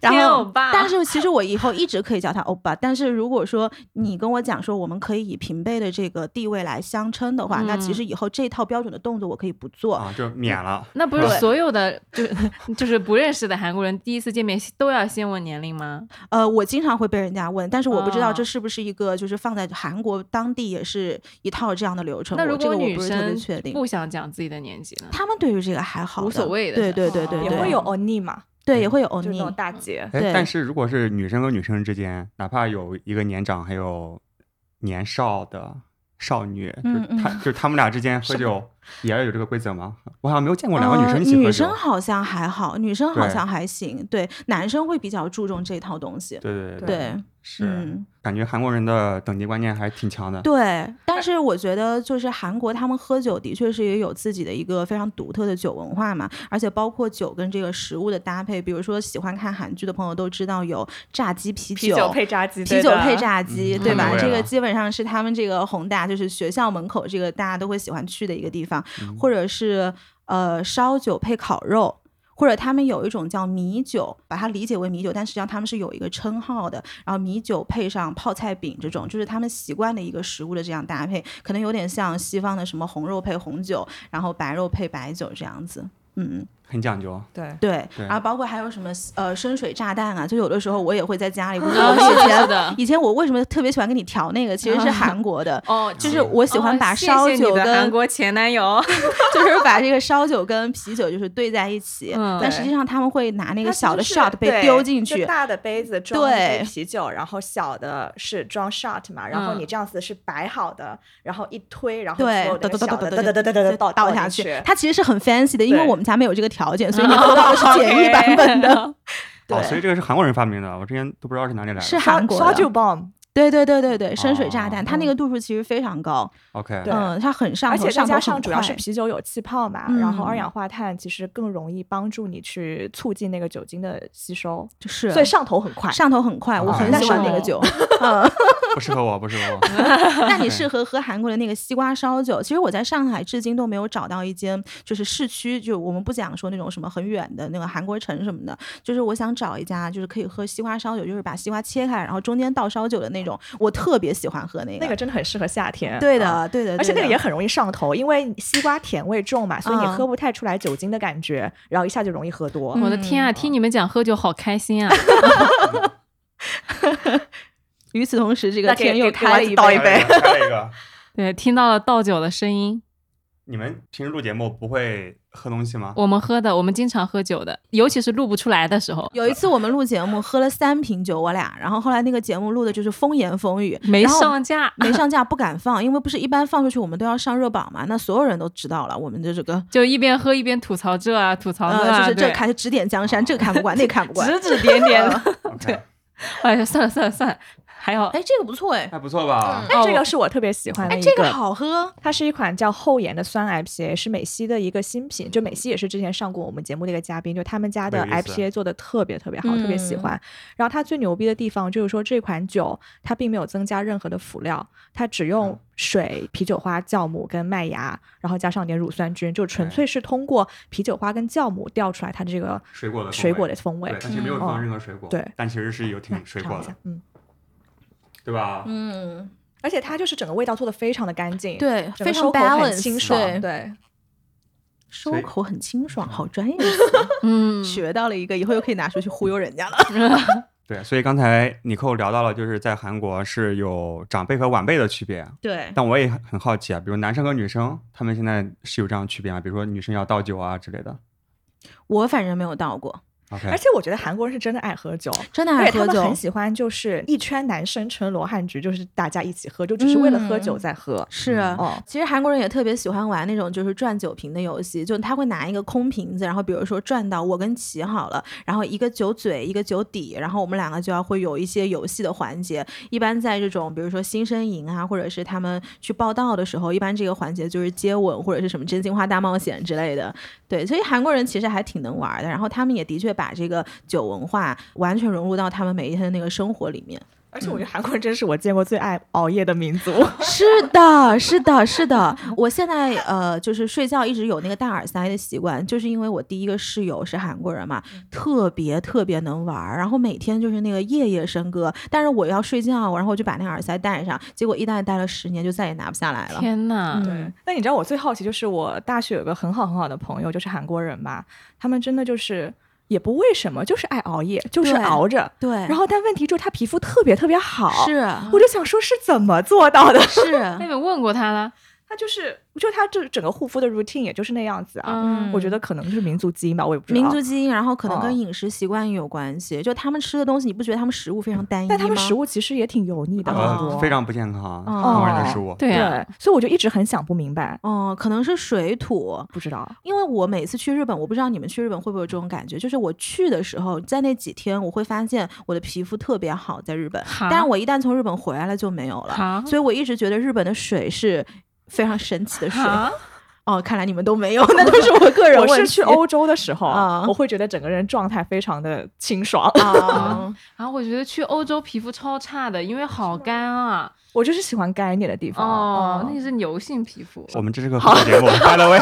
Speaker 4: 然
Speaker 3: 天
Speaker 4: 后
Speaker 3: 欧巴
Speaker 4: 但是其实我以后一直可以叫他欧巴，但是如果说你跟我讲说我们可以以平辈的这个地位来相称的话，那其
Speaker 3: 嗯
Speaker 4: 实以后这套标准的动作我可以不做。
Speaker 2: 啊，就免了。
Speaker 3: 那不是
Speaker 4: 对
Speaker 3: 所有的就 就是不认识的韩国人第一次见面都要先问年龄吗？
Speaker 4: 呃，我经常会被人家问，但是我不知道
Speaker 3: 哦
Speaker 4: 这是不是一个就是放在韩国当地也是一套这样的流程。
Speaker 3: 那
Speaker 4: 我
Speaker 3: 如
Speaker 4: 这
Speaker 3: 果
Speaker 4: 个我
Speaker 3: 女
Speaker 4: 不是特别
Speaker 3: 生
Speaker 4: 确定。
Speaker 3: 不想讲自己的年纪呢？
Speaker 4: 他们对于这个还好的，
Speaker 3: 无所谓的
Speaker 4: 对
Speaker 3: 是吧
Speaker 4: 对对对
Speaker 1: 也
Speaker 4: 对，
Speaker 1: 会有欧尼嘛，
Speaker 4: 对
Speaker 2: 嗯
Speaker 4: 也会有欧
Speaker 1: 就是
Speaker 4: 尼
Speaker 1: 那。种大姐。
Speaker 2: 哎，
Speaker 4: 对
Speaker 2: 但是如果是女生跟女生之间，哪怕有一个年长还有年少的少女，
Speaker 4: 嗯
Speaker 2: 就是他就是他们俩之 间喝酒也要有这个规则吗？我好像没有见过两个
Speaker 4: 呃
Speaker 2: 女生一起喝
Speaker 4: 女
Speaker 2: 酒
Speaker 4: 生。好像还好，女生好
Speaker 2: 对
Speaker 4: 像还行，对，男生会比较注重这套东西，
Speaker 2: 对对
Speaker 1: 对
Speaker 4: 对，
Speaker 2: 是、
Speaker 4: 嗯，
Speaker 2: 感觉韩国人的等级观念还挺强的。
Speaker 4: 对。
Speaker 2: 哎
Speaker 4: 但是我觉得，就是韩国他们喝酒的确是也有自己的一个非常独特的酒文化嘛，而且包括酒跟这个食物的搭配，比如说喜欢看韩剧的朋友都知道有炸鸡啤
Speaker 1: 啤酒配炸鸡，
Speaker 4: 啤酒配炸鸡，
Speaker 2: 嗯
Speaker 4: 对
Speaker 3: 太
Speaker 4: 吧
Speaker 3: 美？味
Speaker 4: 这
Speaker 2: 了
Speaker 4: 个基本上是他们这个宏大，就是学校门口这个大家都会喜欢去的一个地方，
Speaker 2: 嗯
Speaker 4: 或者是呃烧酒配烤肉。或者他们有一种叫米酒，把它理解为米酒，但实际上他们是有一个称号的。然后米酒配上泡菜饼这种，就是他们习惯的一个食物的这样搭配，可能有点像西方的什么红肉配红酒，然后白肉配白酒这样子。嗯，
Speaker 2: 很讲究。
Speaker 1: 对，
Speaker 4: 对，
Speaker 2: 对
Speaker 4: 然后包括还有什么呃深水炸弹啊，就有的时候我也会在家 里，不是
Speaker 3: 啊
Speaker 4: 我
Speaker 3: 是的
Speaker 4: 以
Speaker 3: 是
Speaker 4: 前
Speaker 3: 的
Speaker 4: 以前我为什么特别喜欢跟你调那个，其
Speaker 1: 啊
Speaker 4: 实是韩 国的。
Speaker 3: 哦，
Speaker 4: 就是我喜欢
Speaker 1: 哦
Speaker 4: 把烧酒
Speaker 3: 的韩
Speaker 4: 跟、
Speaker 3: 国前男友，
Speaker 4: 就是把这个烧酒跟啤酒就是兑在一起，
Speaker 3: 嗯
Speaker 4: 但实际上他们会拿那
Speaker 1: 那
Speaker 4: 个小的 shot 被丢进去，
Speaker 1: 大的杯子装一
Speaker 4: 对
Speaker 1: 杯啤酒，然后小的是装 shot 嘛，然后
Speaker 3: 嗯
Speaker 1: 你这样子是摆好的，然后一推，然后所
Speaker 4: 对
Speaker 1: 有，的那个
Speaker 4: 倒倒
Speaker 1: 小的
Speaker 4: 倒倒
Speaker 1: 哒哒哒哒
Speaker 4: 倒
Speaker 1: 哒倒
Speaker 4: 倒下
Speaker 1: 下
Speaker 4: 去。它其实是很 fancy 的，因为
Speaker 1: 对
Speaker 4: 我们家没有这个 条件，所以你喝到的是简易版本的。对
Speaker 2: 哦，所以这个是韩国人发明的，我之前都不知道是哪里来的。
Speaker 4: 是
Speaker 1: 烧
Speaker 4: 韩国
Speaker 1: 烧
Speaker 4: 的
Speaker 1: 酒 bomb，
Speaker 4: 对对对对对，深水炸弹，
Speaker 2: 哦
Speaker 4: 它那个度数其实非常高，
Speaker 2: OK，
Speaker 1: 嗯对
Speaker 4: 嗯，它很上
Speaker 1: 而
Speaker 4: 头，
Speaker 1: 且再
Speaker 4: 上头
Speaker 1: 加
Speaker 4: 很
Speaker 1: 上主要是
Speaker 4: 快
Speaker 1: 啤酒有气泡嘛，
Speaker 4: 嗯
Speaker 1: 然后二氧化碳其实更容易帮助你去促进那个酒精的吸收，
Speaker 4: 是，
Speaker 1: 所以上哦头很快。
Speaker 4: 上头很快，我
Speaker 2: 啊
Speaker 4: 很
Speaker 2: 但
Speaker 4: 喜欢
Speaker 1: 是
Speaker 4: 那个
Speaker 1: 我
Speaker 4: 酒。嗯，
Speaker 2: 不适合我，不适合我。
Speaker 4: 那你适合喝韩国的那个西瓜烧酒。其实我在上海至今都没有找到一间，就是市区，就我们不讲说那种什么很远的那个韩国城什么的，就是我想找一家就是可以喝西瓜烧酒，就是把西瓜切开，然后中间倒烧酒的那种，我特别喜欢喝那个。
Speaker 1: 那个真的很适合夏天，
Speaker 4: 对
Speaker 1: 啊
Speaker 4: 的，对的，
Speaker 1: 而且
Speaker 4: 对
Speaker 1: 那个
Speaker 4: 的
Speaker 1: 也很容易上头，因为西瓜甜味重嘛，所以你
Speaker 4: 嗯
Speaker 1: 喝不太出来酒精的感觉，然后一下就容易喝多。
Speaker 3: 我的天
Speaker 4: 嗯
Speaker 3: 啊！听你们讲喝酒好开心啊！
Speaker 4: 与此同时，这
Speaker 1: 那
Speaker 4: 个
Speaker 1: 给
Speaker 4: 天
Speaker 1: 给
Speaker 4: 又
Speaker 1: 给
Speaker 4: 开
Speaker 1: 丸
Speaker 4: 了
Speaker 1: 子
Speaker 4: 一
Speaker 1: 倒
Speaker 4: 杯
Speaker 1: 一。杯
Speaker 2: 开了一个。
Speaker 3: 对，听到了倒酒的声音。
Speaker 2: 你们平时录节目不会喝东西吗？
Speaker 3: 我们喝的，我们经常喝酒的，尤其是录不出来的时候，
Speaker 4: 有一次我们录节目，喝了三瓶酒，我俩，然后后来那个节目录的就是风言风语，
Speaker 3: 没
Speaker 4: 然后
Speaker 3: 上架。
Speaker 4: 没上架不敢放，因为不是一般放出去我们都要上热榜嘛，那所有人都知道了，我们的这个
Speaker 3: 就一边喝一边吐槽这啊，吐槽那
Speaker 4: 呃，
Speaker 3: 啊，
Speaker 4: 就是这
Speaker 3: 对
Speaker 4: 看指点江山，这看不惯，那看不惯。
Speaker 3: 指指点点的。
Speaker 2: OK，
Speaker 3: 哎呀，算了算了算了，还好
Speaker 4: 哎，这个不错哎，
Speaker 2: 还不错吧？
Speaker 1: 哎，
Speaker 3: 哦
Speaker 1: 这个是我特别喜欢的
Speaker 4: 哎，
Speaker 1: 一
Speaker 4: 这个好喝，
Speaker 1: 它是一款叫后岩的酸 IPA，是美西的一个新品。就美西也是之前上过我们节目的一个嘉宾，就他们家的
Speaker 2: 没有意思
Speaker 1: IPA 做的特别特别好，
Speaker 4: 嗯
Speaker 1: 特别喜欢。然后它最牛逼的地方就是说，这款酒它并没有增加任何的辅料，它只用水、啤酒花、酵母跟麦芽，然后加上点乳酸菌，就纯粹是通过啤酒花跟酵母调出来它这个
Speaker 2: 水果的
Speaker 1: 水果
Speaker 2: 的
Speaker 1: 的风味
Speaker 2: 对，。但其实没有
Speaker 1: 嗯
Speaker 2: 放任何水果，
Speaker 1: 对，
Speaker 2: 但其实是有
Speaker 1: 来
Speaker 2: 挺水
Speaker 1: 尝
Speaker 2: 果
Speaker 1: 一下
Speaker 2: 的，，
Speaker 1: 嗯，
Speaker 2: 对吧？
Speaker 4: 嗯，
Speaker 1: 而且它就是整个味道做的非常的干净，，
Speaker 4: 对，
Speaker 1: 整个
Speaker 4: 非常
Speaker 1: 收口很
Speaker 4: balance，
Speaker 1: 清爽，
Speaker 4: 对，
Speaker 1: 对
Speaker 4: 收
Speaker 2: 所以
Speaker 4: 口很清爽，好专 业，啊
Speaker 3: 嗯，
Speaker 4: 学到了一个，以后又可以拿出去忽悠人家了。
Speaker 2: 对，所以刚才尼寇聊到了，就是在韩国是有长辈和晚辈的区别，啊
Speaker 4: 对，
Speaker 2: 但我也很好奇啊，比如男生和女生，他们现在是有这样的区别吗？比如说女生要倒酒啊之类的。
Speaker 4: 我反正没有到过。
Speaker 2: OK，
Speaker 1: 而且我觉得韩国人是真的爱喝酒，
Speaker 4: 真的
Speaker 1: 而
Speaker 4: 爱
Speaker 1: 且他
Speaker 4: 喝
Speaker 1: 们
Speaker 4: 酒
Speaker 1: 很。喜欢就是一圈男生成罗汉局，就是大家一起喝，就只是为了喝酒在喝。
Speaker 4: 是，啊
Speaker 2: 嗯
Speaker 1: 哦，
Speaker 4: 其实韩国人也特别喜欢玩那种就是转酒瓶的游戏，就他会拿一个空瓶子，然后比如说转到我跟齐好了，然后一个酒嘴一个酒底，然后我们两个就要会有一些游戏的环节。一般在这种比如说新生营啊，或者是他们去报道的时候，一般这个环节就是接吻或者是什么真心话大冒险之类的。对，所以韩国人其实还挺能玩的，然后他们也的确把这个酒文化完全融入到他们每一天的那个生活里面。
Speaker 1: 而且我觉得韩国人真是我见过最爱熬夜的民族。
Speaker 4: 是的，是的，是的。我现在呃，就是睡觉一直有那个戴耳塞的习惯，就是因为我第一个室友是韩国人嘛，特别特别能玩儿，然后每天就是那个夜夜笙歌。但是我要睡觉，然后我就把那个耳塞戴上，结果一戴戴了十年，就再也拿不下来了。
Speaker 3: 天哪！
Speaker 4: 嗯，
Speaker 1: 那你知道我最好奇就是我大学有个很好很好的朋友，就是韩国人嘛，他们真的就是也不为什么，就是爱熬夜，就是
Speaker 4: 对
Speaker 1: 熬着。
Speaker 4: 对。
Speaker 1: 然后但问题就是他皮肤特别特别好，
Speaker 4: 是啊
Speaker 1: 我就想说是怎么做到的？
Speaker 4: 是
Speaker 3: 那，你们问过他了？
Speaker 1: 他就是就他这整个护肤的 routine 也就是那样子啊。
Speaker 3: 嗯，
Speaker 1: 我觉得可能就是民族基因吧，我也不知道。
Speaker 4: 民族基因，然后可能
Speaker 1: 哦
Speaker 4: 跟饮食习惯也有关系。就他们吃的东西，你不觉得他们食物非常单一吗？
Speaker 1: 但他们食物其实也挺油腻的，很
Speaker 2: 呃，
Speaker 1: 多
Speaker 2: 非常不健康，
Speaker 4: 哦
Speaker 2: 韩国人的食物。
Speaker 3: 对啊，
Speaker 1: 对，所以我就一直很想不明白，
Speaker 4: 哦，可能是水土，
Speaker 1: 不知道。
Speaker 4: 因为我每次去日本，我不知道你们去日本会不会有这种感觉，就是我去的时候，在那几天我会发现我的皮肤特别好，在日本，
Speaker 3: 哈
Speaker 4: 但是我一旦从日本回来了就没有了，
Speaker 3: 好，
Speaker 4: 所以我一直觉得日本的水是非常神奇的水。
Speaker 3: 好，
Speaker 4: 哦，看来你们都没有， 那都是我个人
Speaker 1: 我
Speaker 4: 问
Speaker 1: 是
Speaker 4: 题
Speaker 1: 去欧洲的时候，
Speaker 4: 啊
Speaker 1: 我会觉得整个人状态非常的清爽。
Speaker 4: 啊，
Speaker 3: 然后我觉得去欧洲皮肤超差的，因为好干啊。
Speaker 1: 我就是喜欢干一点的地方。
Speaker 3: 哦，那
Speaker 1: 嗯
Speaker 3: 是油性皮肤。
Speaker 2: 我们这是个好节目，by the way，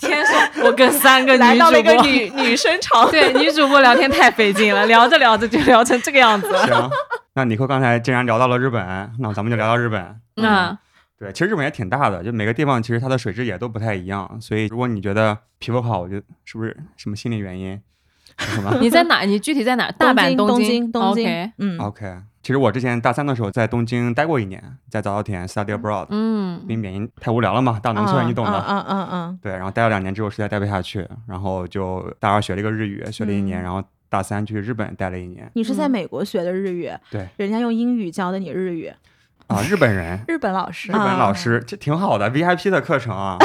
Speaker 3: 天生，我跟三 个
Speaker 1: 来
Speaker 3: 女
Speaker 1: 到了
Speaker 3: 主
Speaker 1: 一个
Speaker 3: 播，
Speaker 1: 女女生场，
Speaker 3: 对女主播聊天太费劲了，聊着聊着就聊成这个样子。
Speaker 2: 行。那尼克刚才既然聊到了日本，那咱们就聊到日本。
Speaker 4: 嗯
Speaker 3: 那
Speaker 2: 对，其实日本也挺大的，就每个地方其实它的水质也都不太一样，所以如果你觉得皮肤好，我觉得是不是什么心理原因？是吗
Speaker 3: 嗯你在哪？你具体在哪？ 大阪、
Speaker 4: 东
Speaker 3: 京、
Speaker 4: 东京，
Speaker 3: OK
Speaker 4: 嗯，
Speaker 2: ？OK，其实我之前大三的时候在东京待过一年，在早稻田 study abroad，
Speaker 3: 嗯
Speaker 2: 因为缅因太无聊了嘛，大农村、
Speaker 4: 啊
Speaker 2: 你懂的。
Speaker 4: 嗯嗯嗯
Speaker 2: 对，然后待了两年之后实在待不下去，然后就大二学了一个日语，学了一年，然后大三去日本待了一年。
Speaker 4: 你是在
Speaker 3: 嗯
Speaker 4: 美国学的日语，
Speaker 2: 对
Speaker 4: 人家用英语教的你日语，
Speaker 2: 啊，日本 人
Speaker 1: 日本老师啊
Speaker 2: 日本老
Speaker 3: 啊
Speaker 2: 师，这挺好的，VIP 的课程 啊，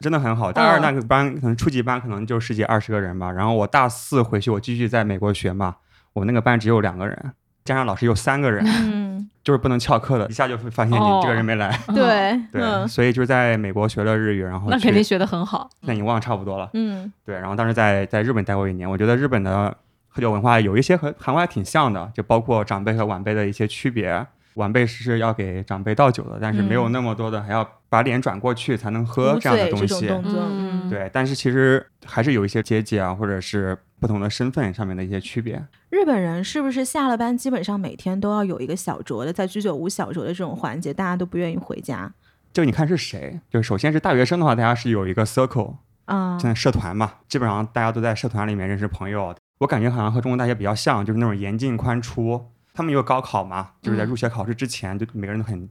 Speaker 2: 真的很好。大二
Speaker 3: 嗯
Speaker 2: 那个班可能初级班可能就十几二十个人吧，然后我大四回去，我继续在美国学嘛，我那个班只有两个人，加上老师有三个人，
Speaker 4: 嗯，
Speaker 2: 就是不能翘课的，一下就会发现
Speaker 3: 哦
Speaker 2: 你这个人没来。
Speaker 4: 对，
Speaker 2: 对，
Speaker 4: 嗯
Speaker 2: 所以就是在美国学了日语，然后
Speaker 3: 那
Speaker 2: 去
Speaker 3: 肯定学的很好。
Speaker 2: 那你忘了差不多了。
Speaker 4: 嗯
Speaker 2: 对，然后当时在在日本待过一年，我觉得日本的喝酒文化有一些和韩国还挺像的，就包括长辈和晚辈的一些区别。晚辈是要给长辈倒酒的，但是没有那么多的，还要把脸转过去才能喝
Speaker 4: 捂
Speaker 2: 这样的
Speaker 4: 嘴
Speaker 2: 东
Speaker 4: 嗯这种
Speaker 2: 西。
Speaker 4: 动作，嗯
Speaker 3: 嗯，
Speaker 2: 对，但是其实还是有一些阶级啊，或者是不同的身份上面的一些区别。
Speaker 4: 日本人是不是下了班基本上每天都要有一个小酌的，在居酒屋小酌的这种环节，大家都不愿意回家
Speaker 2: 就你看是谁，就首先是大学生的话，大家是有一个 circle，
Speaker 4: 啊？
Speaker 2: 现在社团嘛，基本上大家都在社团里面认识朋友。我感觉好像和中国大学比较像，就是那种严进宽出。他们有高考嘛，就是在入学考试之前，就每个人都很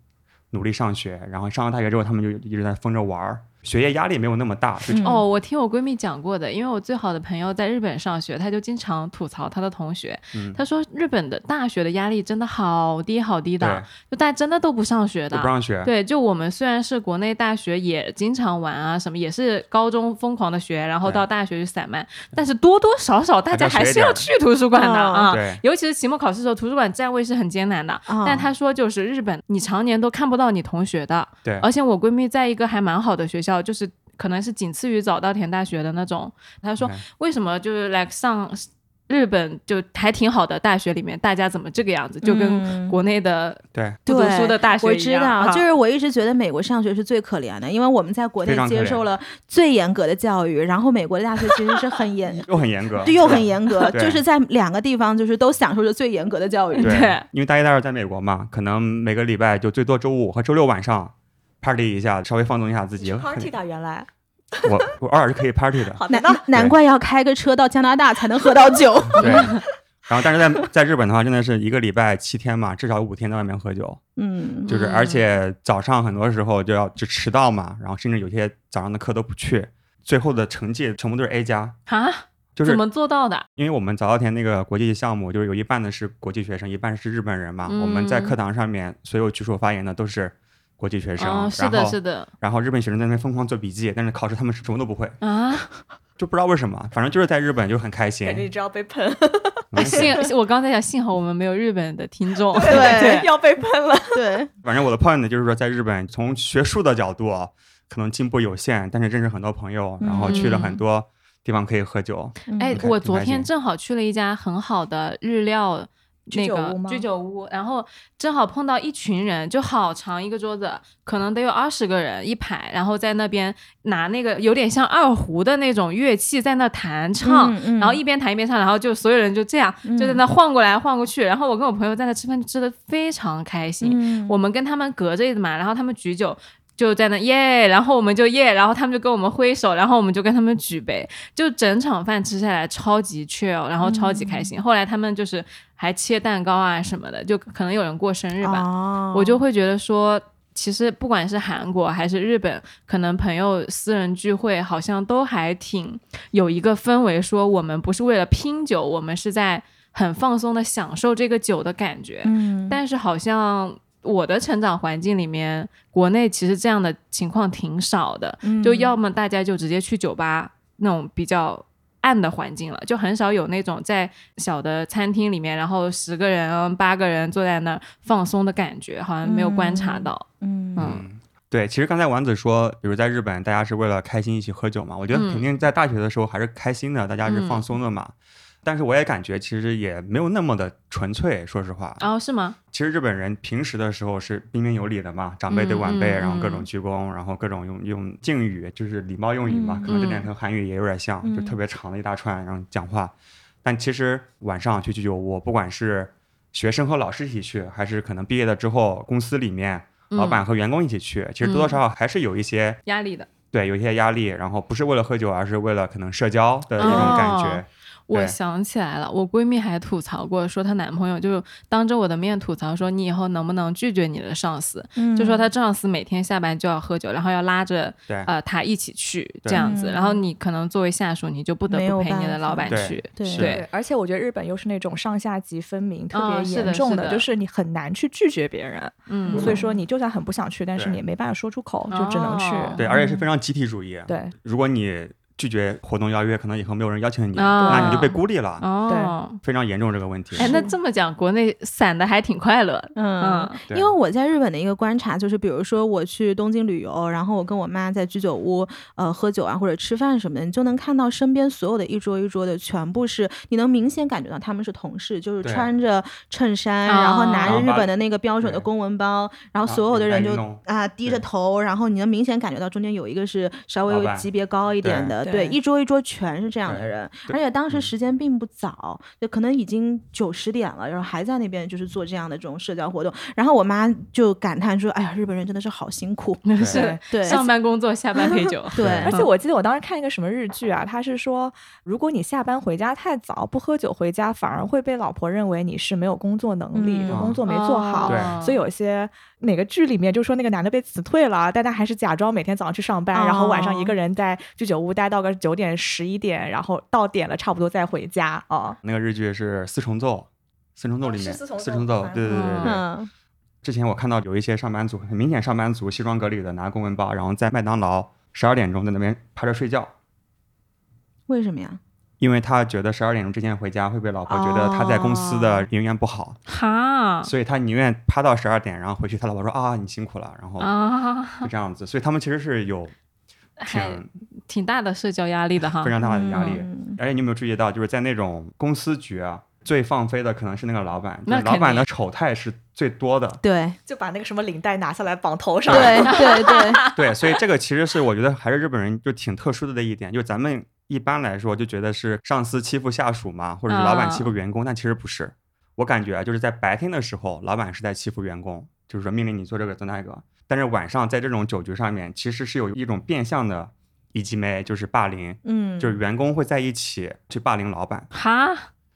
Speaker 2: 努力上学，然后上了大学之后，他们就一直在疯着玩儿，学业压力没有那么大。就
Speaker 4: 嗯
Speaker 3: 哦，我听我闺蜜讲过的，因为我最好的朋友在日本上学，她就经常吐槽她的同学，
Speaker 2: 嗯，
Speaker 3: 她说日本的大学的压力真的好低好低
Speaker 2: 对
Speaker 3: 的，，就大家真的都不上学
Speaker 2: 就
Speaker 3: 的
Speaker 2: 不。让学。
Speaker 3: 对，就我们虽然是国内大学也经常玩啊，什么也是高中疯狂的学，然后
Speaker 2: 对
Speaker 3: 到大学去散漫，但是多多少少大
Speaker 2: 还
Speaker 3: 家
Speaker 2: 是要
Speaker 3: 还
Speaker 2: 学
Speaker 3: 是
Speaker 2: 一
Speaker 3: 要
Speaker 2: 点
Speaker 3: 去图书馆的
Speaker 4: 哦
Speaker 3: 啊。
Speaker 2: 对
Speaker 3: 尤其是期末考试的时候，图书馆占位是很艰难的。
Speaker 4: 啊
Speaker 3: 但他说，就是日本，你常年都看不到你同学的。
Speaker 2: 对
Speaker 3: 而且我闺蜜在一个还蛮好的学校，就是可能是仅次于早稻田大学的那种。她说
Speaker 2: OK，
Speaker 3: 为什么就是 like 上日本就还挺好的大学里面，大家怎么这个样子，就跟
Speaker 4: 嗯
Speaker 3: 国内的
Speaker 2: 对，
Speaker 3: 不读书的大学
Speaker 4: 我
Speaker 3: 一
Speaker 4: 知
Speaker 3: 样
Speaker 4: 道，
Speaker 3: 啊
Speaker 4: 就是我一直觉得美国上学是最可怜的，因为我们在国内
Speaker 2: 非常可
Speaker 4: 接
Speaker 2: 怜，
Speaker 4: 受了最严格的教育，然后美国的大学其实是很严
Speaker 2: 又很严格，
Speaker 4: 对，又很严格，
Speaker 2: 对
Speaker 4: 就是在两个地方就是都享受着最严格的教育。
Speaker 2: 对
Speaker 3: 对，
Speaker 2: 因为大一、大二在美国嘛，可能每个礼拜就最多周五和周六晚上 party 一下，稍微放纵一下自己。
Speaker 1: party 的原来
Speaker 2: 我我偶尔是可以 party 的，
Speaker 1: 好
Speaker 4: 难
Speaker 1: 难道
Speaker 4: 难怪要开个车到加拿大才能喝到 酒。
Speaker 2: 对。然后，但是在在日本的话，真的是一个礼拜七天嘛，至少五天在外面喝酒，
Speaker 4: 嗯，
Speaker 2: 就是
Speaker 3: 嗯
Speaker 2: 而且早上很多时候就要就迟到嘛，然后甚至有些早上的课都不去，最后的成绩全部都是 A 加，
Speaker 3: 啊，
Speaker 2: 就是
Speaker 3: 怎么做到的？
Speaker 2: 因为我们早稻田那个国际项目，就是有一半的是国际学生，一半是日本人嘛。我们在
Speaker 3: 嗯
Speaker 2: 课堂上面所有举手发言的都是国际学生，
Speaker 3: 嗯，是
Speaker 2: 然
Speaker 3: 的，
Speaker 2: 后
Speaker 3: 是的
Speaker 2: 然后日本学生在那边疯狂做笔记，但是考试他们是什么都不会，
Speaker 3: 啊，
Speaker 2: 就不知道为什么，反正就是在日本就很开
Speaker 1: 感觉你
Speaker 2: 心。
Speaker 1: 就要被 喷，
Speaker 2: 嗯
Speaker 3: 幸我刚才想，幸好我们没有日本的听众。
Speaker 4: 对
Speaker 1: 要被喷了。
Speaker 4: 对，
Speaker 2: 反正我的 point 就是说，在日本从学术的角度啊可能进步有限，但是认识很多朋友，然后去了很多地方可以喝酒。
Speaker 3: 哎，
Speaker 2: 开
Speaker 3: 我
Speaker 2: 挺
Speaker 3: 昨
Speaker 2: 开
Speaker 3: 天
Speaker 2: 心
Speaker 3: 正好去了一家很好的日料。
Speaker 1: 居
Speaker 3: 那
Speaker 1: 酒
Speaker 3: 个
Speaker 1: 屋吗
Speaker 3: 居酒屋，然后正好碰到一群人，就好长一个桌子，可能得有二十个人一排，然后在那边拿那个有点像二胡的那种乐器在那弹唱，
Speaker 4: 嗯嗯
Speaker 3: 然后一边弹一边唱，然后就所有人就这样、就在那
Speaker 1: 嗯
Speaker 3: 晃过来晃过去，然后我跟我朋友在那吃饭，就吃的非常开心，
Speaker 4: 嗯
Speaker 3: 我们跟他们隔着嘛，然后他们举酒就在那耶，然后我们就耶，然后他们就跟我们挥手，然后我们就跟他们举杯，就整场饭吃下来超级 chill，然后超级开心。后来他们就是还切蛋糕啊什么的，就可能有人过生日吧，
Speaker 4: 哦
Speaker 3: 我就会觉得说。其实不管是韩国还是日本，可能朋友私人聚会好像都还挺有一个氛围，说我们不是为了拼酒，我们是在很放松的享受这个酒的感觉。
Speaker 4: 嗯
Speaker 3: 但是好像我的成长环境里面，国内其实这样的情况挺少的，就要么大家就直接去酒吧那种比较。暗的环境了，就很少有那种在小的餐厅里面，然后十个人、八个人坐在那儿放松的感觉，好像没有观察到。
Speaker 4: 嗯
Speaker 3: 嗯，
Speaker 2: 对，其实刚才丸子说，比如在日本，大家是为了开心一起喝酒嘛，我觉得
Speaker 3: 嗯
Speaker 2: 肯定在大学的时候还是开心的，大家是放松的嘛。但是我也感觉其实也没有那么的纯粹，说实话。
Speaker 3: 哦，是吗？
Speaker 2: 其实日本人平时的时候是彬彬有礼的嘛，长辈对晚辈，
Speaker 3: 嗯嗯
Speaker 2: 然后各种鞠躬，然后各种用用敬语，就是礼貌用语嘛，
Speaker 4: 嗯
Speaker 2: 可能这点跟韩语也有点像，就
Speaker 3: 嗯
Speaker 2: 特别长的一大串，然后讲话。但其实晚上去居酒屋，不管是学生和老师一起去，还是可能毕业了之后公司里面
Speaker 3: 嗯
Speaker 2: 老板和员工一起去，其实多多少少还是有一些
Speaker 3: 压力的。
Speaker 2: 对有一些压力，然后不是为了喝酒，而是为了可能社交的一种感觉。
Speaker 3: 我
Speaker 2: 对
Speaker 3: 想起来了，我闺蜜还吐槽过，说她男朋友就当着我的面吐槽说，你以后能不能拒绝你的上司？
Speaker 4: 嗯
Speaker 3: 就说她上司每天下班就要喝酒，然后要拉着
Speaker 2: 对
Speaker 3: 呃她一起去
Speaker 2: 哎对
Speaker 3: 这样子，
Speaker 4: 嗯
Speaker 3: 然后你可能作为下属，你就不得
Speaker 4: 没有
Speaker 3: 不陪你的
Speaker 4: 办法
Speaker 3: 老板
Speaker 2: 对
Speaker 3: 去。
Speaker 4: 对
Speaker 2: 是
Speaker 3: 对，
Speaker 1: 而且我觉得日本又是那种上下级分明、特
Speaker 3: 哦
Speaker 1: 别
Speaker 3: 是的
Speaker 1: 严重
Speaker 3: 是
Speaker 1: 的，
Speaker 3: 的
Speaker 1: 就是你很难去拒绝别人，
Speaker 3: 嗯，
Speaker 1: 所以说你就算很不想去，但是
Speaker 2: 对
Speaker 1: 你也没办法说出口，就只能去。
Speaker 3: 哦
Speaker 2: 对，啊而且是非常集体主义。
Speaker 1: 对，
Speaker 2: 如果你拒绝活动邀约，可能以后没有人邀请你，
Speaker 3: 啊
Speaker 2: 那你就被孤立了，
Speaker 3: 哦，
Speaker 2: 非常严重这个问题。
Speaker 3: 哎，那这么讲，国内散的还挺快乐的。
Speaker 4: 嗯
Speaker 3: 嗯。
Speaker 2: 对
Speaker 4: 因为我在日本的一个观察就是，比如说我去东京旅游，然后我跟我妈在居酒屋呃喝酒啊或者吃饭什么的，你就能看到身边所有的一桌一桌的全部是，你能明显感觉到他们是同事，就是
Speaker 2: 对
Speaker 4: 穿着衬衫，
Speaker 3: 啊
Speaker 4: 然后拿着
Speaker 2: 然后
Speaker 4: 日
Speaker 2: 把
Speaker 4: 本的那个标准的
Speaker 2: 对
Speaker 4: 公文包，然后所有的人就
Speaker 2: 啊领带运动
Speaker 4: 啊低着
Speaker 2: 对
Speaker 4: 头，然后你能明显感觉到中间有一个是稍
Speaker 2: 老
Speaker 4: 微
Speaker 2: 板
Speaker 4: 级别高一点
Speaker 2: 对
Speaker 4: 的，
Speaker 1: 对
Speaker 4: 对，一桌一桌全是这样的
Speaker 2: 对
Speaker 4: 人，而
Speaker 2: 对
Speaker 4: 且当时
Speaker 2: 嗯
Speaker 4: 时间并不早，就可能已经九十点了，然后还在那边就是做这样的这种社交活动。然后我妈就感叹说：“哎呀，日本人真的是好辛苦。
Speaker 3: 那是
Speaker 4: 对
Speaker 3: 上班工作，下班陪酒。
Speaker 4: 对”
Speaker 1: 而且我记得我当时看一个什么日剧啊，他是说，如果你下班回家太早，不喝酒回家，反而会被老婆认为你是没有工作能力，
Speaker 4: 嗯
Speaker 1: 就工作没做好。
Speaker 3: 哦
Speaker 2: 对
Speaker 1: 所以有一些哪个剧里面就说那个男的被辞退了，但他还是假装每天早上去上班，然后晚上
Speaker 3: 哦
Speaker 1: 一个人在居酒屋待到个九点十一点，然后到点了差不多再回家啊。
Speaker 2: 那个日剧是《四重奏》，《四重奏》里面，
Speaker 1: 是四重奏
Speaker 2: 四重奏》对对对对对。
Speaker 4: 嗯
Speaker 2: 之前我看到有一些上班族，很明显上班族西装革履的拿公文包，然后在麦当劳十二点钟在那边趴着睡觉，
Speaker 4: 为什么呀？
Speaker 2: 因为他觉得十二点钟之前回家会被老婆觉得他在公司的人缘不好，
Speaker 3: 哈
Speaker 2: 所以他宁愿趴到十二点，然后回去他老婆说啊你辛苦了，然后
Speaker 3: 啊，
Speaker 2: 就这样子，所以他们其实是有
Speaker 3: 还
Speaker 2: 挺
Speaker 3: 挺大的社交压力的哈
Speaker 2: 非。常大的压力。
Speaker 4: 嗯
Speaker 2: 而且你有没有注意到，就是在那种公司局啊，最放飞的可能是那个老板，就
Speaker 3: 那
Speaker 2: 是老
Speaker 3: 肯
Speaker 2: 板
Speaker 3: 定
Speaker 2: 的丑态是最多的。
Speaker 4: 对
Speaker 1: 就把那个什么领带拿下来绑头上，
Speaker 4: 对 对对，
Speaker 2: 对，所以这个其实是我觉得还是日本人就挺特殊的一点，就咱们一般来说就觉得是上司欺负下属嘛，或者是老板欺
Speaker 3: 嗯
Speaker 2: 负员工，但其实不是。我感觉啊，就是在白天的时候，老板是在欺负员工，就是说命令你做这个做那个，但是晚上在这种酒局上面，其实是有一种变相的以及没就是霸凌，
Speaker 4: 嗯，
Speaker 2: 就是员工会在一起去霸凌老板。
Speaker 3: 哈，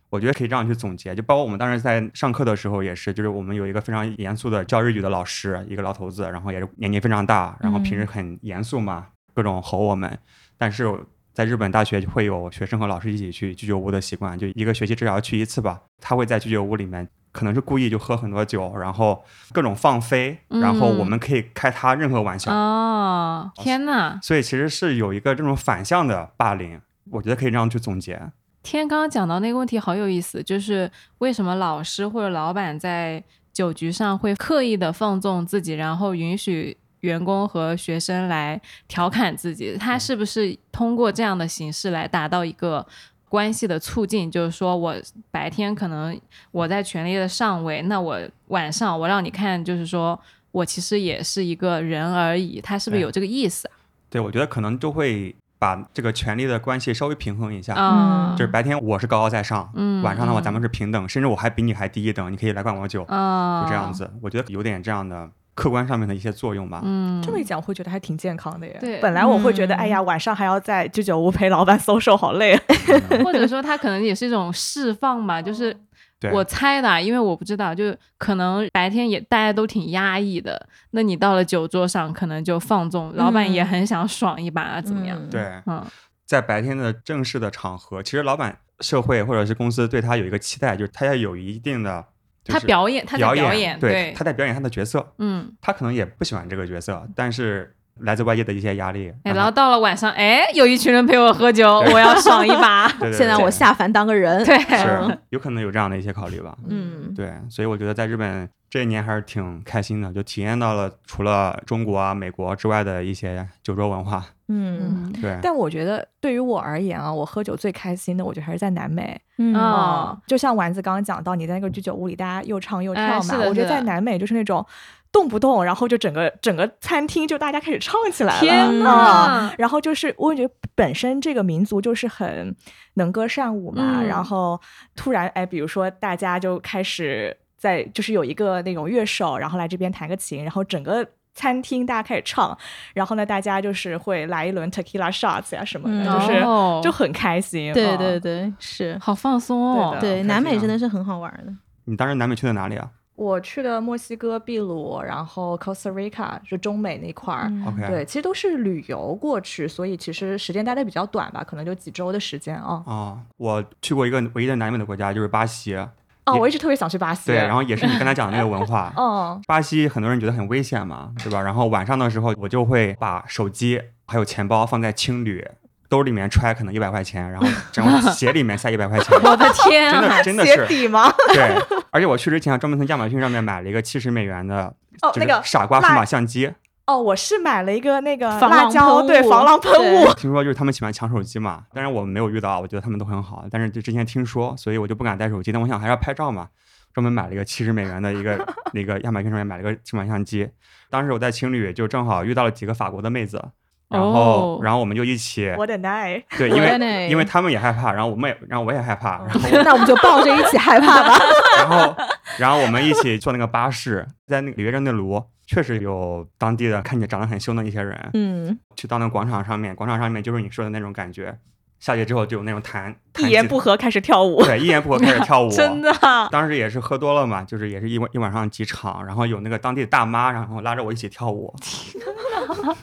Speaker 2: 我觉得可以这样去总结，就包括我们当时在上课的时候也是，就是我们有一个非常严肃的教日语的老师，一个老头子，然后也是年纪非常大，然后平时很严肃嘛，各种吼我们，但是在日本大学会有学生和老师一起去居酒屋的习惯，就一个学期至少要去一次吧。他会在居酒屋里面，可能是故意就喝很多酒，然后各种放飞，然后
Speaker 3: 嗯
Speaker 2: 我们可以开他任何玩笑。
Speaker 3: 哦，天哪！
Speaker 2: 所以其实是有一个这种反向的霸凌，我觉得可以这样去总结。
Speaker 3: 天刚刚讲到那个问题好有意思，就是为什么老师或者老板在酒局上会刻意的放纵自己，然后允许员工和学生来调侃自己？
Speaker 2: 嗯
Speaker 3: 他是不是通过这样的形式来达到一个？关系的促进，就是说我白天可能我在权力的上位，那我晚上我让你看，就是说我其实也是一个人而已，他是不是有这个意思
Speaker 2: 对我觉得可能就会把这个权力的关系稍微平衡一下。
Speaker 3: 啊？
Speaker 2: 就是白天我是高高在上，
Speaker 3: 嗯
Speaker 2: 晚上的话
Speaker 3: 嗯
Speaker 2: 咱们是平等，甚至我还比你还低一等，你可以来灌我酒，
Speaker 3: 啊，
Speaker 2: 就这样，子。我觉得有点这样的客观上面的一些作用吧。
Speaker 3: 嗯，
Speaker 1: 这么一讲，会觉得还挺健康的耶。
Speaker 3: 对
Speaker 1: 本来我会觉得，
Speaker 3: 嗯
Speaker 1: 哎呀，晚上还要在居酒屋陪老板 social，好累啊。
Speaker 2: 嗯
Speaker 3: 或者说他可能也是一种释放吧，就是
Speaker 2: 哦对，
Speaker 3: 我猜的啊，因为我不知道，就可能白天也大家都挺压抑的，那你到了酒桌上可能就放纵，老板
Speaker 1: 嗯
Speaker 3: 也很想爽一把啊，怎么样？
Speaker 4: 嗯
Speaker 2: 对，
Speaker 3: 嗯
Speaker 2: 在白天的正式的场合，其实老板、社会或者是公司对他有一个期待，就是他要有一定的，就
Speaker 3: 他
Speaker 2: 是
Speaker 3: 表演，他在
Speaker 2: 表演，
Speaker 3: 演，
Speaker 2: 对，
Speaker 3: 对，
Speaker 2: 他在表演他的角色，
Speaker 3: 嗯，
Speaker 2: 他可能也不喜欢这个角色，但是来自外界的一些压力，
Speaker 3: 哎，
Speaker 2: 让
Speaker 3: 然后
Speaker 2: 他
Speaker 3: 到了晚上，哎，有一群人陪我喝酒，
Speaker 2: 对
Speaker 3: 我要爽一把，
Speaker 2: 对对对
Speaker 4: 现在我
Speaker 2: 对
Speaker 4: 下凡当个人，
Speaker 3: 对，
Speaker 2: 是有可能有这样的一些考虑吧。
Speaker 4: 嗯，
Speaker 2: 对，所以我觉得在日本这一年还是挺开心的，就体验到了除了中国啊、美国之外的一些酒桌文化。
Speaker 4: 嗯
Speaker 2: 对，
Speaker 1: 但我觉得对于我而言啊，我喝酒最开心的，我觉得还是在南美。
Speaker 4: 嗯
Speaker 3: 啊
Speaker 1: 嗯，就像丸子刚刚讲到，你在那个居酒屋里，大家又唱又跳
Speaker 3: 哎
Speaker 1: 嘛，
Speaker 3: 是的
Speaker 1: 我觉
Speaker 3: 是
Speaker 1: 得在
Speaker 3: 的
Speaker 1: 南美就是那种动不动，然后就整个整个餐厅就大家开始唱起来了，
Speaker 3: 天
Speaker 1: 呐！
Speaker 3: 哪，
Speaker 1: 然后就是，我觉得本身这个民族就是很能歌善舞嘛。
Speaker 3: 嗯
Speaker 1: 然后突然，哎，比如说大家就开始在，就是有一个那种乐手，然后来这边弹个琴，然后整个餐厅大家开始唱，然后呢，大家就是会来一轮 tequila shots 呀、什么的，
Speaker 4: 嗯
Speaker 1: 就是、
Speaker 3: 哦
Speaker 1: 就很开心。
Speaker 4: 对
Speaker 1: 嗯
Speaker 4: 对对，是
Speaker 3: 好放松哦，
Speaker 1: 对，的
Speaker 4: 对，
Speaker 2: 开
Speaker 4: 南
Speaker 2: 心
Speaker 4: 美
Speaker 2: 啊
Speaker 4: 真的是很好玩的，
Speaker 2: 你当时南美去的哪里啊
Speaker 1: 我去的墨西哥、秘鲁，然后 Costa Rica 就中美那块儿。
Speaker 4: 嗯
Speaker 2: ？OK，
Speaker 1: 对，其实都是旅游过去，所以其实时间待的比较短吧，可能就几周的时间啊。
Speaker 2: 啊，我去过一个唯一的南美的国家，就是巴西。
Speaker 1: 哦，
Speaker 2: 也
Speaker 1: 我一直特别想去巴西。。
Speaker 2: 对，然后也是你刚才讲的那个文化
Speaker 1: 嗯，
Speaker 2: 巴西很多人觉得很危险嘛，对吧？然后晚上的时候，我就会把手机还有钱包放在青旅兜里面揣，可能一百块钱，然后然后鞋里面塞一百块钱
Speaker 3: 我的 天
Speaker 2: 真
Speaker 3: 啊
Speaker 2: 的，真的是
Speaker 1: 底 吗？
Speaker 2: 对，而且我去之前还专门从亚马逊上面买了一个七十美元的，
Speaker 1: 哦
Speaker 2: 就
Speaker 1: 那
Speaker 2: 是
Speaker 1: 个
Speaker 2: 傻瓜数
Speaker 1: 辣
Speaker 2: 码相机。
Speaker 1: 哦，我是买了一个那个
Speaker 4: 防
Speaker 1: 辣
Speaker 4: 狼
Speaker 1: 椒，
Speaker 4: 喷
Speaker 1: 对，
Speaker 4: 雾
Speaker 1: 防狼喷雾。
Speaker 2: 听说就是他们喜欢抢手机嘛，当然我没有遇到，我觉得他们都很好，但是就之前听说，所以我就不敢带手机。但我想还是要拍照嘛，专门买了一个七十美元的一个 那个亚马逊上面买了个数码相机。当时我在青旅就正好遇到了几个法国的妹子，然后、
Speaker 3: 哦
Speaker 2: 然后我们就一起
Speaker 1: 我的奶！
Speaker 2: 对，因
Speaker 4: 我的
Speaker 2: 为
Speaker 4: 嘞
Speaker 2: 因为他们也害怕，然后我们也然后我也害
Speaker 1: 哦
Speaker 2: 怕，然后
Speaker 4: 那我们就抱着一起害怕 吧。
Speaker 2: 然后，然后我们一起坐那个巴士，在那个里约热内卢，确实有当地的看起来长得很凶的一些人，
Speaker 4: 嗯，
Speaker 2: 去到那个广场上面，广场上面就是你说的那种感觉。下去之后就有那种弹，弹
Speaker 1: 一言
Speaker 2: 吉
Speaker 1: 不合开始跳 舞，，
Speaker 2: 对一言不合开始跳舞
Speaker 1: 真。的啊
Speaker 2: 当时也是喝多了嘛，就是也是一晚一晚上几场，然后有那个当地的大妈，然后拉着我一起跳舞。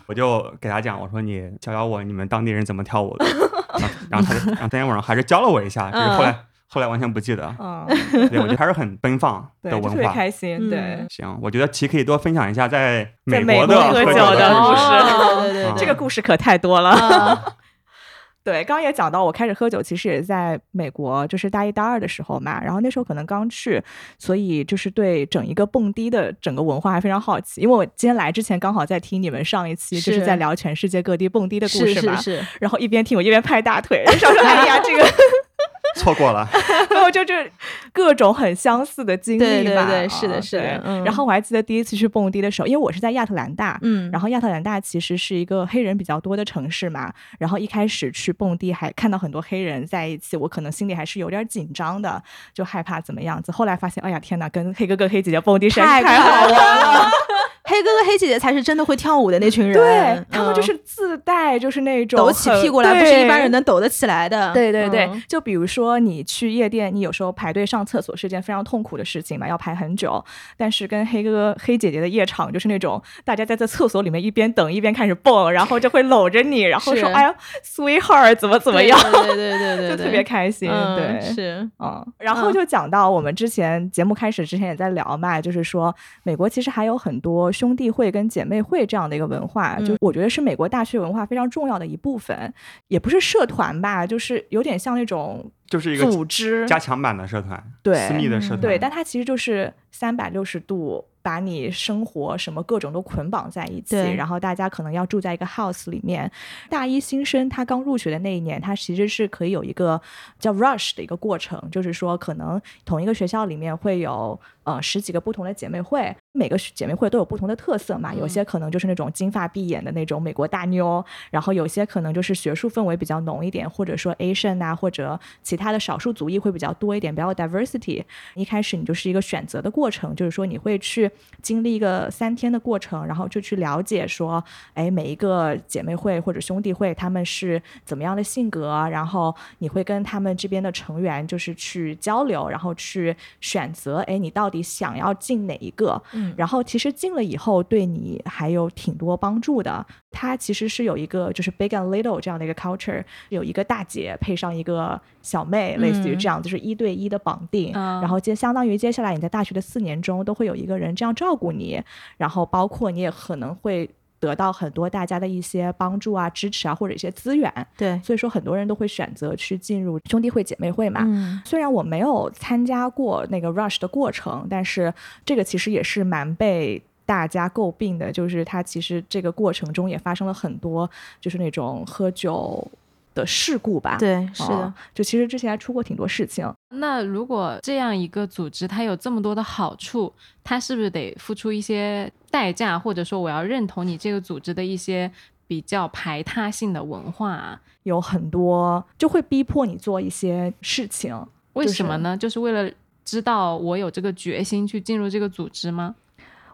Speaker 2: 我就给她讲，我说你教教我你们当地人怎么跳舞 的。然后然后她就，然后当天晚上还是教了我一下，就是后来、后来完全不记得。
Speaker 1: 嗯，
Speaker 2: 对，我觉得还是很奔放
Speaker 1: 对，
Speaker 2: 的
Speaker 1: 就
Speaker 2: 文
Speaker 1: 特别
Speaker 2: 化。
Speaker 1: 开心。对
Speaker 4: 嗯，
Speaker 2: 行，我觉得其可以多分享一下在
Speaker 1: 在
Speaker 2: 美
Speaker 1: 美
Speaker 2: 国
Speaker 1: 国
Speaker 2: 的
Speaker 1: 喝
Speaker 2: 酒
Speaker 1: 酒的
Speaker 2: 故
Speaker 1: 故
Speaker 2: 事。
Speaker 1: 事
Speaker 4: 哦对对对
Speaker 2: 嗯
Speaker 1: 这个故事可太多了。
Speaker 3: 嗯
Speaker 4: 啊，
Speaker 1: 对，刚刚也讲到，我开始喝酒其实也是在美国，就是大一、大二的时候嘛。然后那时候可能刚去，所以就是对整一个蹦迪的整个文化还非常好奇。因为我今天来之前刚好在听你们上一期，就是
Speaker 4: 是
Speaker 1: 在聊全世界各地蹦迪的故
Speaker 4: 是
Speaker 1: 事嘛
Speaker 4: 是，是，
Speaker 1: 然后一边听我一边拍大腿，想说哎呀这 个，
Speaker 2: 错过了，
Speaker 1: 然后就是各种很相似的经历
Speaker 4: 对对
Speaker 1: 吧
Speaker 4: 对
Speaker 1: 啊
Speaker 4: 是的是的
Speaker 1: 对
Speaker 4: 嗯
Speaker 1: 然后我还记得第一次去蹦迪的时候，因为我是在亚特兰大，
Speaker 4: 嗯，
Speaker 1: 然
Speaker 4: 后
Speaker 1: 后亚特兰大其实是一个黑人比较多的城市嘛，然后一开始去蹦迪还看到很多黑人在一起，我可能心里还是有点紧张的，就害怕怎么样子。后来发现，哎呀天哪，跟黑哥哥黑姐姐蹦迪实在是
Speaker 4: 太
Speaker 1: 太好玩了，
Speaker 4: 了。黑哥哥、黑姐姐才是真的会跳舞的那群人，
Speaker 1: 对他们就
Speaker 4: 嗯
Speaker 1: 是自带，就是那种
Speaker 4: 抖起
Speaker 1: 很
Speaker 4: 屁股来，不是一般
Speaker 1: 对
Speaker 4: 人能抖得起来的。
Speaker 1: 对对对，
Speaker 3: 嗯
Speaker 1: 就比如说你去夜店，你有时候排队上厕所是件非常痛苦的事情嘛，要排很久。但是跟黑哥哥、黑姐姐的夜场就是那种大家在在厕所里面一边等一边开始蹦，然后就会搂着你，然后说
Speaker 3: 是
Speaker 1: 哎呀，sweetheart 怎么怎么样，
Speaker 3: 对对对对对，
Speaker 1: 就特
Speaker 3: 对
Speaker 1: 别开心。
Speaker 3: 嗯
Speaker 1: 对，
Speaker 3: 是
Speaker 1: 嗯，然后
Speaker 4: 嗯
Speaker 1: 就讲到我们之前节目开始之前也在聊嘛，就是说美国其实还有很多兄弟会跟姐妹会这样的一个文化，就
Speaker 4: 嗯
Speaker 1: 我觉得是美国大学文化非常重要的一部分，也不是社团吧，就是有点像那种
Speaker 2: 就是一个
Speaker 1: 组织，
Speaker 2: 加强版的社团，
Speaker 1: 对
Speaker 2: 私密的社团，
Speaker 1: 嗯对，但它其实就是三百六十度把你生活什么各种都捆绑在一起，
Speaker 4: 对
Speaker 1: 然后大家可能要住在一个 house 里面。大一新生他刚入学的那一年，他其实是可以有一个叫 rush 的一个过程，就是说可能同一个学校里面会有呃十几个不同的姐妹会，每个姐妹会都有不同的特色嘛，有
Speaker 3: 嗯
Speaker 1: 些可能就是那种金发碧眼的那种美国大妞，然后有些可能就是学术氛围比较浓一点，或者说 Asian 啊，或者其他的少数族裔会比较多一点，比较有 diversity。一开始你就是一个选择的过程，就是说你会去经历一个三天的过程，然后就去了解说，哎，每一个姐妹会或者兄弟会他们是怎么样的性格，啊然后你会跟他们这边的成员就是去交流，然后去选择，哎，你到底想要进哪一个？
Speaker 3: 嗯
Speaker 1: 然后其实进了以后，对你还有挺多帮助的。它其实是有一个就是 big and little 这样的一个 culture，有一个大姐配上一个小妹，类似于这样，就是一对一的绑定。
Speaker 3: 嗯
Speaker 1: 然后接相当于接下来你在大学的四年中，都会有一个人这样照顾你，然后包括你也可能会。得到很多大家的一些帮助啊、支持啊，或者一些资源，
Speaker 4: 对，
Speaker 1: 所以说很多人都会选择去进入兄弟会、姐妹会嘛。
Speaker 4: 嗯，
Speaker 1: 虽然我没有参加过那个 rush 的过程，但是这个其实也是蛮被大家诟病的，就是它其实这个过程中也发生了很多就是那种喝酒的事故吧。
Speaker 4: 对，是
Speaker 1: 哦，
Speaker 4: 的，
Speaker 1: 就其实之前还出过挺多事情。
Speaker 3: 那如果这样一个组织它有这么多的好处，它是不是得付出一些代价，或者说我要认同你这个组织的一些比较排他性的文化啊？
Speaker 1: 有很多就会逼迫你做一些事情，
Speaker 3: 为
Speaker 1: 就是
Speaker 3: 什么呢？就是为了知道我有这个决心去进入这个组织吗？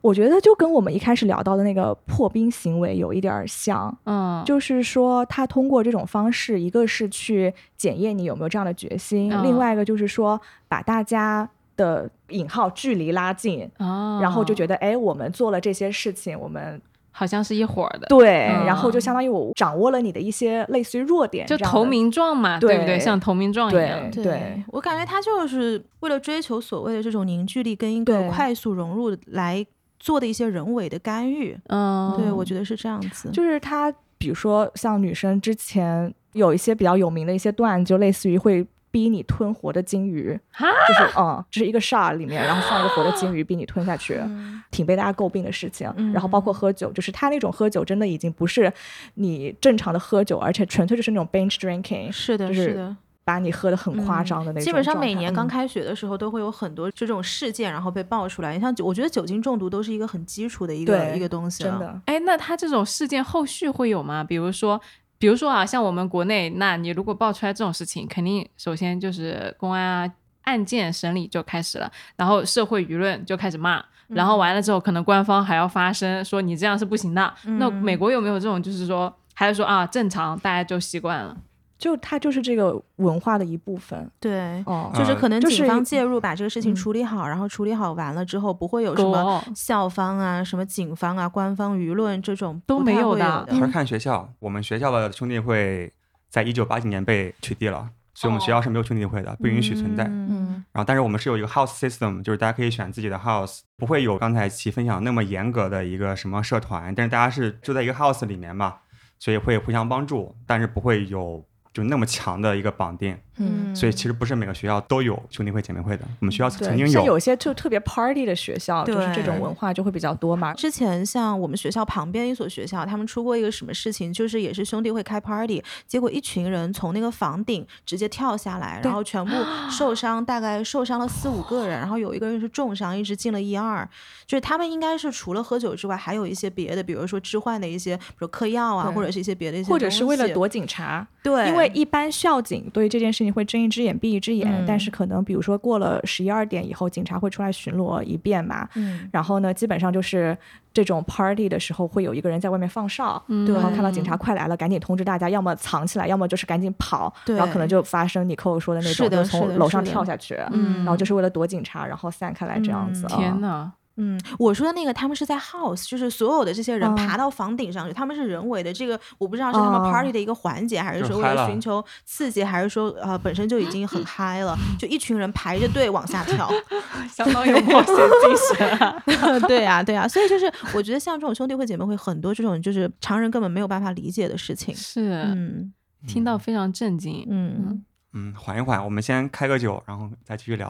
Speaker 1: 我觉得就跟我们一开始聊到的那个破冰行为有一点儿像，
Speaker 3: 嗯，
Speaker 1: 就是说，他通过这种方式，一个是去检验你有没有这样的决心，
Speaker 3: 嗯
Speaker 1: 另外一个就是说，把大家的引号距离拉近。
Speaker 3: 哦，
Speaker 1: 然后就觉得，哎，我们做了这些事情，我们
Speaker 3: 好像是一伙儿的，
Speaker 1: 对，
Speaker 3: 嗯
Speaker 1: 然后就相当于我掌握了你的一些类似于弱点，
Speaker 3: 就
Speaker 1: 这样
Speaker 3: 投
Speaker 1: 的
Speaker 3: 名状嘛，对不对？
Speaker 1: 对
Speaker 3: 像投名状一样
Speaker 1: 对，对
Speaker 4: 我感觉他就是为了追求所谓的这种凝聚力跟一个
Speaker 1: 对
Speaker 4: 快速融入来做的一些人为的干预。
Speaker 3: 嗯，
Speaker 4: 对，我觉得是这样子。
Speaker 1: 哦就是他，比如说像女生之前有一些比较有名的一些段，就类似于会逼你吞活的金鱼，
Speaker 3: 哈
Speaker 1: 就是嗯，这是一个 shot 里面，然后放一个活的金鱼逼你吞 下去，
Speaker 4: 嗯
Speaker 1: 挺被大家诟病的事情。
Speaker 4: 嗯
Speaker 1: 然后包括喝酒，就是他那种喝酒真的已经不是你正常的喝酒，而且纯粹就是那种 binge drinking，
Speaker 4: 嗯是的，
Speaker 1: 就是是
Speaker 4: 的，嗯
Speaker 1: 把你喝的很夸张的那种、嗯
Speaker 4: 基本上每年刚。开学的时候都会有很多这种事件，然后被爆出来。你像酒，我觉得酒精中毒都是一个很基础的一个
Speaker 1: 对
Speaker 4: 一个东西了。
Speaker 1: 真，的，
Speaker 3: 哎，那他这种事件后续会有吗？比如说，比如说啊，像我们国内，那你如果爆出来这种事情，肯定首先就是公安啊案件审理就开始了，然后社会舆论就开始骂，然后完了之后，可能官方还要发声说你这样是不行的。那
Speaker 4: 嗯
Speaker 3: 美国有没有这种，就是说，还是说啊正常，大家就习惯了？
Speaker 1: 就它就是这个文化的一部分
Speaker 3: 啊
Speaker 4: 对。
Speaker 1: 哦。
Speaker 4: 就是可能
Speaker 1: 就是
Speaker 4: 警方介入把这个事情
Speaker 1: 嗯
Speaker 4: 处理好，然后处理好完了之后，不会有什
Speaker 3: 狗
Speaker 4: 么校方啊、什么警方啊、官方舆论这种
Speaker 3: 都
Speaker 4: 不太
Speaker 3: 没有
Speaker 4: 会
Speaker 3: 的
Speaker 4: 有
Speaker 2: 还是看学校。我们学校的兄弟会在一九八几年被取缔了，所以我们学校是没有兄弟会的，不允许存在。
Speaker 4: 嗯，
Speaker 2: 然后，但是我们是有一个 house system，就是大家可以选自己的 house，不会有刚才齐分享那么严格的一个什么社团，但是大家是住在一个 house 里面嘛，所以会互相帮助，但是不会有就那么强的一个绑定。
Speaker 1: 嗯，
Speaker 2: 所以其实不是每个学校都有兄弟会姐妹会的，我们学校
Speaker 1: 对，
Speaker 2: 曾经
Speaker 1: 像
Speaker 2: 有，
Speaker 1: 有些就特别 party 的学校，就是这
Speaker 4: 对
Speaker 1: 种文化就会比较多嘛。
Speaker 4: 之前像我们学校旁边一所学校，他们出过一个什么事情，就是也是兄弟会开 party，结果一群人从那个房顶直接跳下来，
Speaker 1: 对
Speaker 4: 然后全部 受伤，大概受伤了四五个人，然后有一个人是重伤，一直进了医二。就是他们应该是除了喝酒之外，还有一些别的，比如说置换的一些，比如嗑药啊，
Speaker 1: 对
Speaker 4: 或者是一些别的一些东西，
Speaker 1: 或者是为了躲警察，
Speaker 4: 对，
Speaker 1: 因为为一般校警对于这件事情会睁一只眼闭一只眼，
Speaker 4: 嗯
Speaker 1: 但是可能比如说过了十一二点以后，警察会出来巡逻一遍嘛。
Speaker 4: 嗯，
Speaker 1: 然后呢，基本上就是这种 party 的时候，会有一个人在外面放哨，
Speaker 3: 嗯
Speaker 1: 然后看到警察快来了，赶紧通知大家，要么藏起来，要么就是赶紧跑，
Speaker 4: 对
Speaker 1: 然后可能就发生你扣说的那种，
Speaker 4: 是
Speaker 1: 就
Speaker 4: 的
Speaker 1: 是
Speaker 4: 的
Speaker 1: 从楼上
Speaker 4: 是的
Speaker 1: 跳下去，然
Speaker 3: 嗯，
Speaker 1: 后就是为了躲警察，然后散开来这样子。啊
Speaker 4: 嗯
Speaker 3: 天
Speaker 1: 哪！
Speaker 3: 哪，
Speaker 4: 嗯，我说的那个他们是在 house，就是所有的这些人
Speaker 1: 哦
Speaker 4: 爬到房顶上去，他们是人为的。这个我不知道是他们
Speaker 1: 哦
Speaker 4: party 的一个环节，还是
Speaker 2: 就
Speaker 4: 说为
Speaker 2: 嗨
Speaker 4: 了
Speaker 2: 了
Speaker 4: 寻求刺激，还是说呃本身就已经很嗨了，就一群人排着队往下跳。
Speaker 3: 相当有冒险精神啊！
Speaker 4: 对啊，对啊，所以就是我觉得像这种兄弟会姐妹会很多这种就是常人根本没有办法理解的事 情。
Speaker 3: 是，
Speaker 4: 嗯
Speaker 3: 听到非常震惊。
Speaker 4: 嗯，
Speaker 2: 嗯，缓一缓，我们先开个酒，然后再继续聊。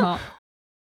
Speaker 3: 好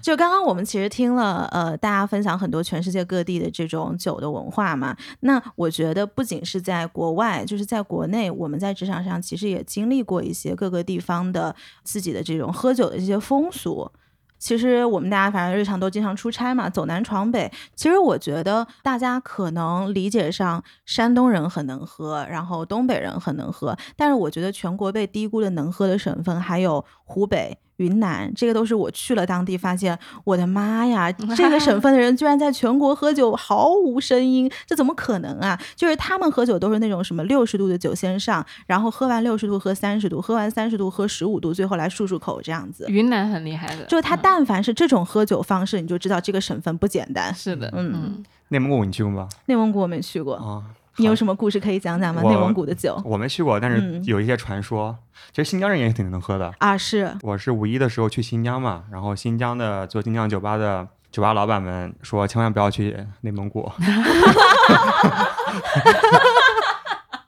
Speaker 4: 就刚刚我们其实听了呃大家分享很多全世界各地的这种酒的文化嘛，那我觉得不仅是在国外，就是在国内，我们在职场上其实也经历过一些各个地方的自己的这种喝酒的这些风俗。其实我们大家反正日常都经常出差嘛，走南闯北。其实我觉得大家可能理解上，山东人很能喝，然后东北人很能喝，但是我觉得全国被低估的能喝的省份还有湖北、云南，这个都是我去了当地发现，我的妈呀，这个省份的人居然在全国喝酒毫无声音，这怎么可能啊？就是他们喝酒都是那种什么六十度的酒先上，然后喝完六十度喝三十度，喝完三十度喝十五度，最后来漱漱口这样子。
Speaker 3: 云南很厉害的，
Speaker 4: 就是他
Speaker 3: 嗯
Speaker 4: 但凡是这种喝酒方式，你就知道这个省份不简单。
Speaker 3: 是的，
Speaker 4: 嗯
Speaker 3: 嗯，
Speaker 2: 内蒙古你去过吗？
Speaker 4: 内蒙古我没去过，
Speaker 2: 啊，
Speaker 4: 你有
Speaker 2: 好
Speaker 4: 什么故事可以讲讲吗？
Speaker 2: 我
Speaker 4: 内蒙古的酒
Speaker 2: 我没去过，但是
Speaker 4: 嗯
Speaker 2: 有一些传说，其实新疆人也挺能喝的。
Speaker 4: 啊，是
Speaker 2: 我是五一的时候去新疆嘛，然后新疆的做精酿酒吧的酒吧老板们说，千万不要去内蒙古。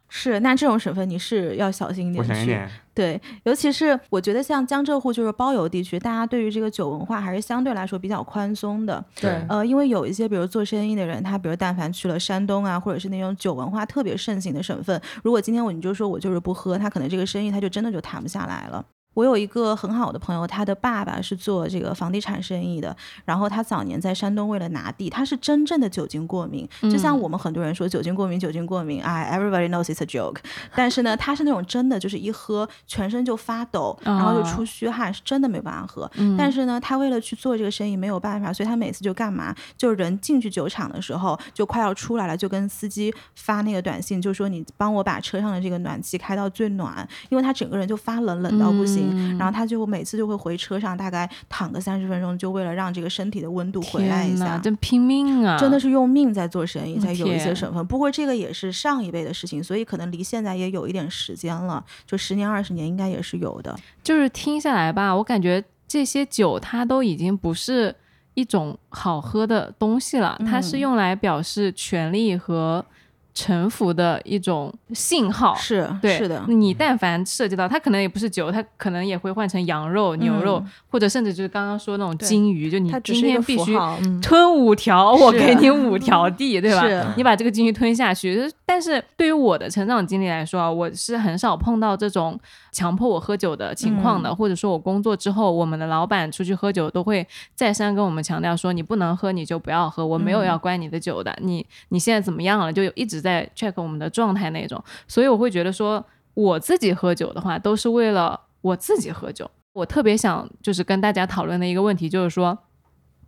Speaker 4: 是，那这种省份你是要小心一
Speaker 2: 我
Speaker 4: 点
Speaker 2: 想一
Speaker 4: 去。
Speaker 2: 点，
Speaker 4: 对，尤其是我觉得像江浙沪就是包邮地区，大家对于这个酒文化还是相对来说比较宽松的。
Speaker 2: 对
Speaker 4: 呃，因为有一些比如做生意的人，他比如但凡去了山东啊，或者是那种酒文化特别盛行的省份，如果今天我你就说我就是不喝，他可能这个生意他就真的就谈不下来了。我有一个很好的朋友，他的爸爸是做这个房地产生意的，然后他早年在山东为了拿地，他是真正的酒精过敏，就像
Speaker 3: 嗯
Speaker 4: 我们很多人说酒精过敏，酒精过敏，哎，everybody knows it's a joke，但是呢，他是那种真的就是一喝全身就发抖，然后就
Speaker 3: 啊
Speaker 4: 出虚汗，是真的没办法喝。
Speaker 3: 嗯
Speaker 4: 但是呢，他为了去做这个生意没有办法，所以他每次就干嘛？就人进去酒厂的时候，就快要出来了，就跟司机发那个短信，就说你帮我把车上的这个暖气开到最暖，因为他整个人就发冷，冷到不行。
Speaker 3: 嗯
Speaker 4: 然后他就每次就会回车上，大概躺个三十分钟，就为了让这个身体的温度回来一
Speaker 3: 天哪
Speaker 4: 下。
Speaker 3: 真拼命啊！
Speaker 4: 真的是用命在做生意，
Speaker 3: 嗯
Speaker 4: 在有一些
Speaker 3: 天
Speaker 4: 省份。不过这个也是上一辈的事情，所以可能离现在也有一点时间了，就十年二十年应该也是有的。
Speaker 3: 就是听下来吧，我感觉这些酒它都已经不是一种好喝的东西了，它是
Speaker 4: 嗯
Speaker 3: 用来表示权力和臣服的一种信号。
Speaker 4: 是，
Speaker 3: 对，
Speaker 4: 是的，
Speaker 3: 你但凡涉及到它，可能也不是酒，它可能也会换成羊肉、牛肉，
Speaker 4: 嗯
Speaker 3: 或者甚至就是刚刚说那种
Speaker 1: 对
Speaker 3: 金鱼，就你
Speaker 1: 它只
Speaker 3: 今
Speaker 1: 是一
Speaker 3: 天
Speaker 1: 个
Speaker 3: 必
Speaker 1: 符
Speaker 3: 须
Speaker 1: 号，嗯
Speaker 3: 吞五条，我
Speaker 4: 是
Speaker 3: 给你五条地，对吧？
Speaker 4: 嗯是
Speaker 3: 你把这个金鱼吞下去。但是对于我的成长经历来说啊，我是很少碰到这种强迫我喝酒的情况的，或者说我工作之后，我们的老板出去喝酒都会再三跟我们强调说，你不能喝你就不要喝，我没有要关你的酒的，你你现在怎么样了，就有一直在 check 我们的状态那种。所以我会觉得说，我自己喝酒的话，都是为了我自己喝酒。我特别想就是跟大家讨论的一个问题，就是说，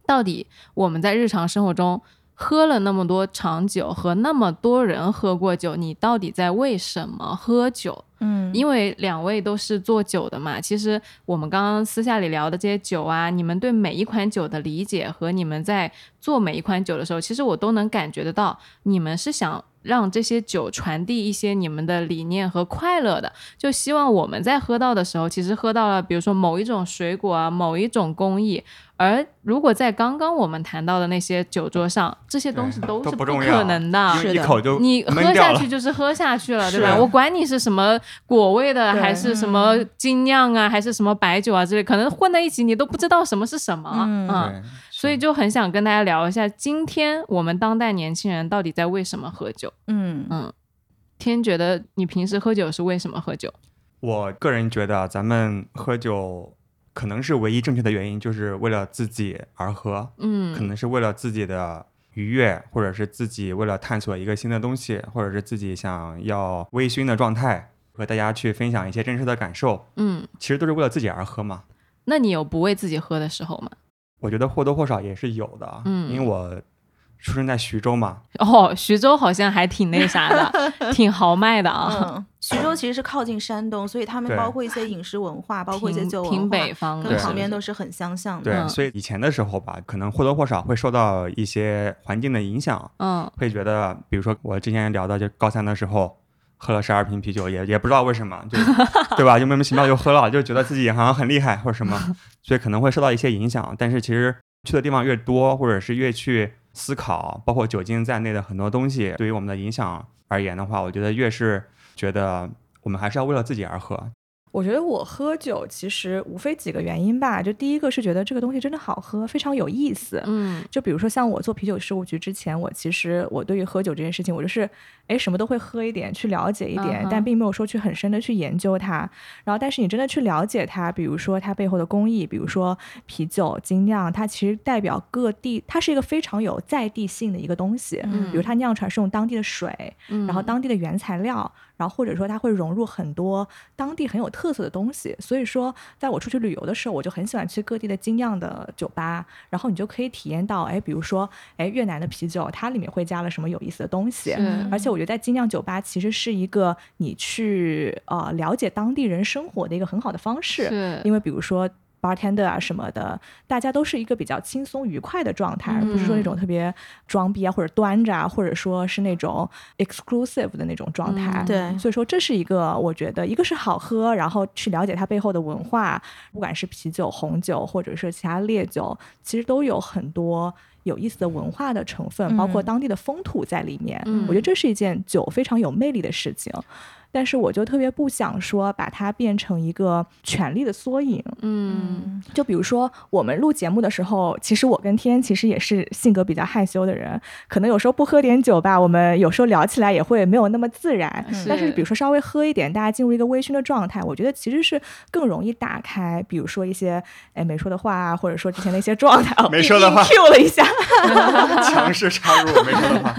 Speaker 3: 到底我们在日常生活中喝了那么多长酒，和那么多人喝过酒，你到底在为什么喝酒？
Speaker 4: 嗯
Speaker 3: 因为两位都是做酒的嘛，其实我们刚刚私下里聊的这些酒啊，你们对每一款酒的理解和你们在做每一款酒的时候，其实我都能感觉得到，你们是想让这些酒传递一些你们的理念和快乐的，就希望我们在喝到的时候，其实喝到了比如说某一种水果啊，某一种工艺。而如果在刚刚我们谈到的那些酒桌上，这些东西
Speaker 2: 对
Speaker 3: 都
Speaker 2: 都
Speaker 3: 是
Speaker 2: 不
Speaker 3: 不
Speaker 2: 重要
Speaker 3: 可能啊的，
Speaker 2: 因为
Speaker 4: 是
Speaker 2: 一
Speaker 4: 的
Speaker 2: 口就
Speaker 3: 你
Speaker 2: 闷
Speaker 3: 喝
Speaker 2: 掉
Speaker 3: 下
Speaker 2: 了
Speaker 3: 去。就是喝下去 了，对吧？
Speaker 2: 是啊
Speaker 3: 我管你是什么果味的，
Speaker 1: 对
Speaker 3: 还是
Speaker 4: 嗯
Speaker 3: 什么精酿啊，还是什么白酒啊之类，可能混在一起，你都不知道什么是什么。
Speaker 4: 嗯
Speaker 2: 对，
Speaker 3: 啊所以就很想跟大家聊一下，今天我们当代年轻人到底在为什么喝酒？
Speaker 4: 嗯
Speaker 3: 嗯天觉得你平时喝酒是为什么喝酒？
Speaker 2: 我个人觉得，咱们喝酒可能是唯一正确的原因，就是为了自己而喝，可
Speaker 3: 嗯
Speaker 2: 能是为了自己的愉悦，或者是自己为了探索一个新的东西，或者是自己想要微醺的状态。和大家去分享一些真实的感受，
Speaker 3: 嗯，
Speaker 2: 其实都是为了自己而喝嘛。
Speaker 3: 那你有不为自己喝的时候吗？
Speaker 2: 我觉得或多或少也是有的，啊
Speaker 3: 嗯
Speaker 2: 因为我出生在徐州嘛，
Speaker 3: 哦，徐州好像还挺那啥 的，挺豪迈的啊，
Speaker 4: 嗯，徐州其实是靠近山东，所以他们
Speaker 2: 对
Speaker 4: 包括一些饮食文化，包括一些
Speaker 3: 挺
Speaker 4: 酒文化，
Speaker 3: 挺北方的，
Speaker 4: 跟
Speaker 2: 对
Speaker 4: 旁边
Speaker 3: 是
Speaker 4: 都是很相像的。
Speaker 2: 对，
Speaker 3: 嗯
Speaker 2: 所以以前的时候吧，可能或多或少会受到一些环境的影响，
Speaker 3: 嗯
Speaker 2: 会觉得，比如说我之前聊到，就高三的时候喝了十二瓶啤酒，也也不知道为什么，就对吧？就莫名其妙就喝了，就觉得自己好像很厉害或者什么，所以可能会受到一些影响。但是其实去的地方越多，或者是越去思考，包括酒精在内的很多东西对于我们的影响而言的话，我觉得越是觉得我们还是要为了自己而喝。
Speaker 1: 我觉得我喝酒其实无非几个原因吧，就第一个是觉得这个东西真的好喝，非常有意思。
Speaker 3: 嗯
Speaker 1: 就比如说像我做啤酒事务局之前，我其实我对于喝酒这件事情，我就是哎什么都会喝一点，去了解一点
Speaker 3: 嗯哼
Speaker 1: 但并没有说去很深的去研究它。然后，但是你真的去了解它，比如说它背后的工艺，比如说啤酒精酿，它其实代表各地，它是一个非常有在地性的一个东西。
Speaker 3: 嗯
Speaker 1: 比如它酿出来是用当地的水，
Speaker 3: 嗯，
Speaker 1: 然后当地的原材料，然后或者说它会融入很多当地很有特色的东西。所以说，在我出去旅游的时候，我就很喜欢去各地的精酿的酒吧，然后你就可以体验到，哎，比如说，哎，越南的啤酒，它里面会加了什么有意思的东西。
Speaker 3: 是
Speaker 1: 而且我觉得在精酿酒吧其实是一个你去呃了解当地人生活的一个很好的方式。
Speaker 3: 是
Speaker 1: 因为比如说 bartender 啊什么的，大家都是一个比较轻松愉快的状态，而不是说那种特别装逼啊，或者端着啊，或者说是那种 exclusive 的那种状态。
Speaker 3: 嗯
Speaker 4: 对
Speaker 1: 所以说这是一个我觉得一个是好喝，然后去了解它背后的文化，不管是啤酒、红酒，或者是其他烈酒，其实都有很多。有意思的文化的成分，包括
Speaker 4: 嗯
Speaker 1: 当地的风土在里面，
Speaker 3: 嗯
Speaker 1: 我觉得这是一件酒非常有魅力的事情。但是我就特别不想说把它变成一个权力的缩影。
Speaker 3: 嗯
Speaker 1: 就比如说我们录节目的时候，其实我跟天其实也是性格比较害羞的人，可能有时候不喝点酒吧，我们有时候聊起来也会没有那么自然。
Speaker 4: 嗯
Speaker 1: 但是比如说稍微喝一点，大家进入一个微醺的状态，我觉得其实是更容易打开，比如说一些哎没说的话啊，或者说之前的一些状 态，哦
Speaker 2: 没说的话
Speaker 1: Q 了一下，
Speaker 2: 强势插入，没说的话。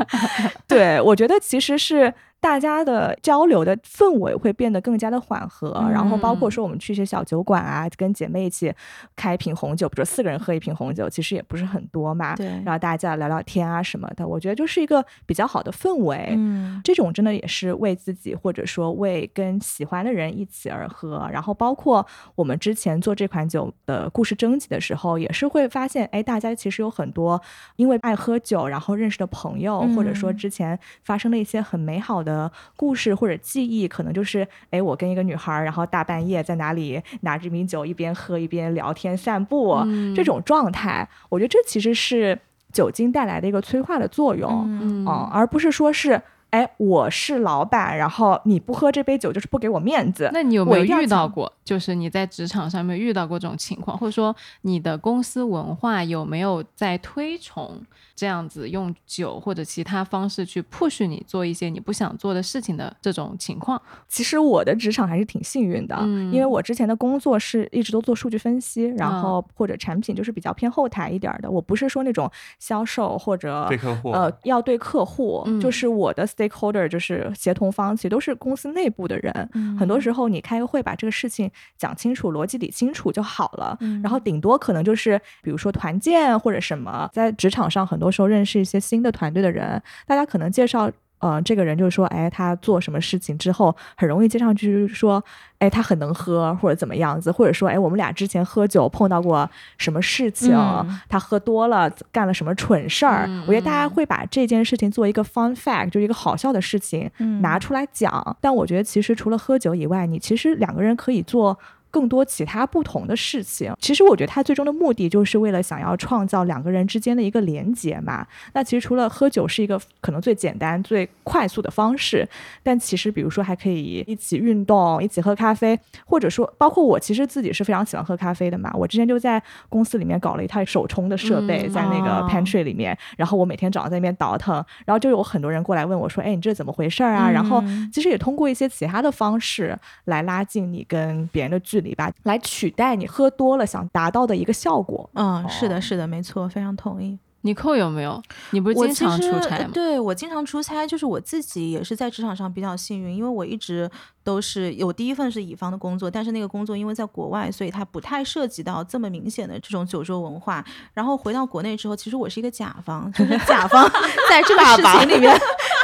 Speaker 1: 对，我觉得其实是大家的交流的氛围会变得更加的缓和，然后包括
Speaker 3: 嗯
Speaker 1: 说我们去一些小酒馆啊，跟姐妹一起开一瓶红酒，比如说四个人喝一瓶红酒，其实也不是很多嘛，
Speaker 4: 对
Speaker 1: 然后大家聊聊天啊什么的，我觉得就是一个比较好的氛围。
Speaker 4: 嗯，
Speaker 1: 这种真的也是为自己，或者说为跟喜欢的人一起而喝。然后包括我们之前做这款酒的故事征集的时候，也是会发现，哎，大家其实有很多因为爱喝酒，然后认识的朋友，
Speaker 4: 嗯
Speaker 1: 或者说之前发生了一些很美好的故事或者记忆，可能就是，哎，我跟一个女孩儿，然后大半夜在哪里拿着瓶酒，一边喝一边聊天散步，
Speaker 3: 嗯
Speaker 1: 这种状态，我觉得这其实是酒精带来的一个催化的作用。
Speaker 3: 嗯
Speaker 1: 哦，而不是说是，哎，我是老板，然后你不喝这杯酒就是不给我面子。
Speaker 3: 那你有
Speaker 1: 我
Speaker 3: 没有
Speaker 1: 一定要
Speaker 3: 遇到
Speaker 1: 讲
Speaker 3: 过，就是你在职场上面遇到过这种情况，或者说你的公司文化有没有在推崇这样子用酒或者其他方式去 push 你做一些你不想做的事情的这种情况？
Speaker 1: 其实我的职场还是挺幸运的，
Speaker 3: 嗯
Speaker 1: 因为我之前的工作是一直都做数据分析，
Speaker 3: 啊
Speaker 1: 然后或者产品就是比较偏后台一点儿的，我不是说那种销售或者
Speaker 2: 对客户
Speaker 1: 呃，要对客户，
Speaker 3: 嗯
Speaker 1: 就是我的 stakeholder，就是协同方，其实都是公司内部的人。很多时候你开个会，把这个事情讲清楚，逻辑理清楚就好了。然后顶多可能就是，比如说团建或者什么，在职场上很多时候认识一些新的团队的人，大家可能介绍。呃，这个人就是说，哎，他做什么事情之后，很容易接上去就是说，哎，他很能喝，或者怎么样子，或者说，哎，我们俩之前喝酒碰到过什么事情，
Speaker 4: 嗯
Speaker 1: 他喝多了干了什么蠢事儿。
Speaker 3: 嗯
Speaker 1: 我觉得大家
Speaker 3: 嗯
Speaker 1: 会把这件事情做一个 fun fact，就是一个好笑的事情，
Speaker 4: 嗯
Speaker 1: 拿出来讲。但我觉得其实除了喝酒以外，你其实两个人可以做。更多其他不同的事情，其实我觉得他最终的目的就是为了想要创造两个人之间的一个连结嘛。那其实除了喝酒是一个可能最简单、最快速的方式，但其实比如说还可以一起运动、一起喝咖啡，或者说包括我其实自己是非常喜欢喝咖啡的嘛。我之前就在公司里面搞了一套手冲的设备，
Speaker 3: 嗯
Speaker 1: 在那个
Speaker 4: 哦
Speaker 1: pantry 里面，然后我每天早上在那边倒腾，然后就有很多人过来问我说：“哎，你这怎么回事儿啊？”然后
Speaker 4: 嗯
Speaker 1: 其实也通过一些其他的方式来拉近你跟别人的距离吧，来取代你喝多了想达到的一个效果。
Speaker 4: 嗯，是
Speaker 1: 哦
Speaker 4: 的，是的，没错，非常同意。
Speaker 3: 你扣有没有？你不是
Speaker 4: 我
Speaker 3: 经
Speaker 4: 其
Speaker 3: 常
Speaker 4: 实
Speaker 3: 出差吗？
Speaker 4: 对我经常出差，就是我自己也是在职场上比较幸运，因为我一直都是有第一份是乙方的工作，但是那个工作因为在国外，所以它不太涉及到这么明显的这种酒桌文化。然后回到国内之后，其实我是一个甲方，就是 甲方 在这个事情里面，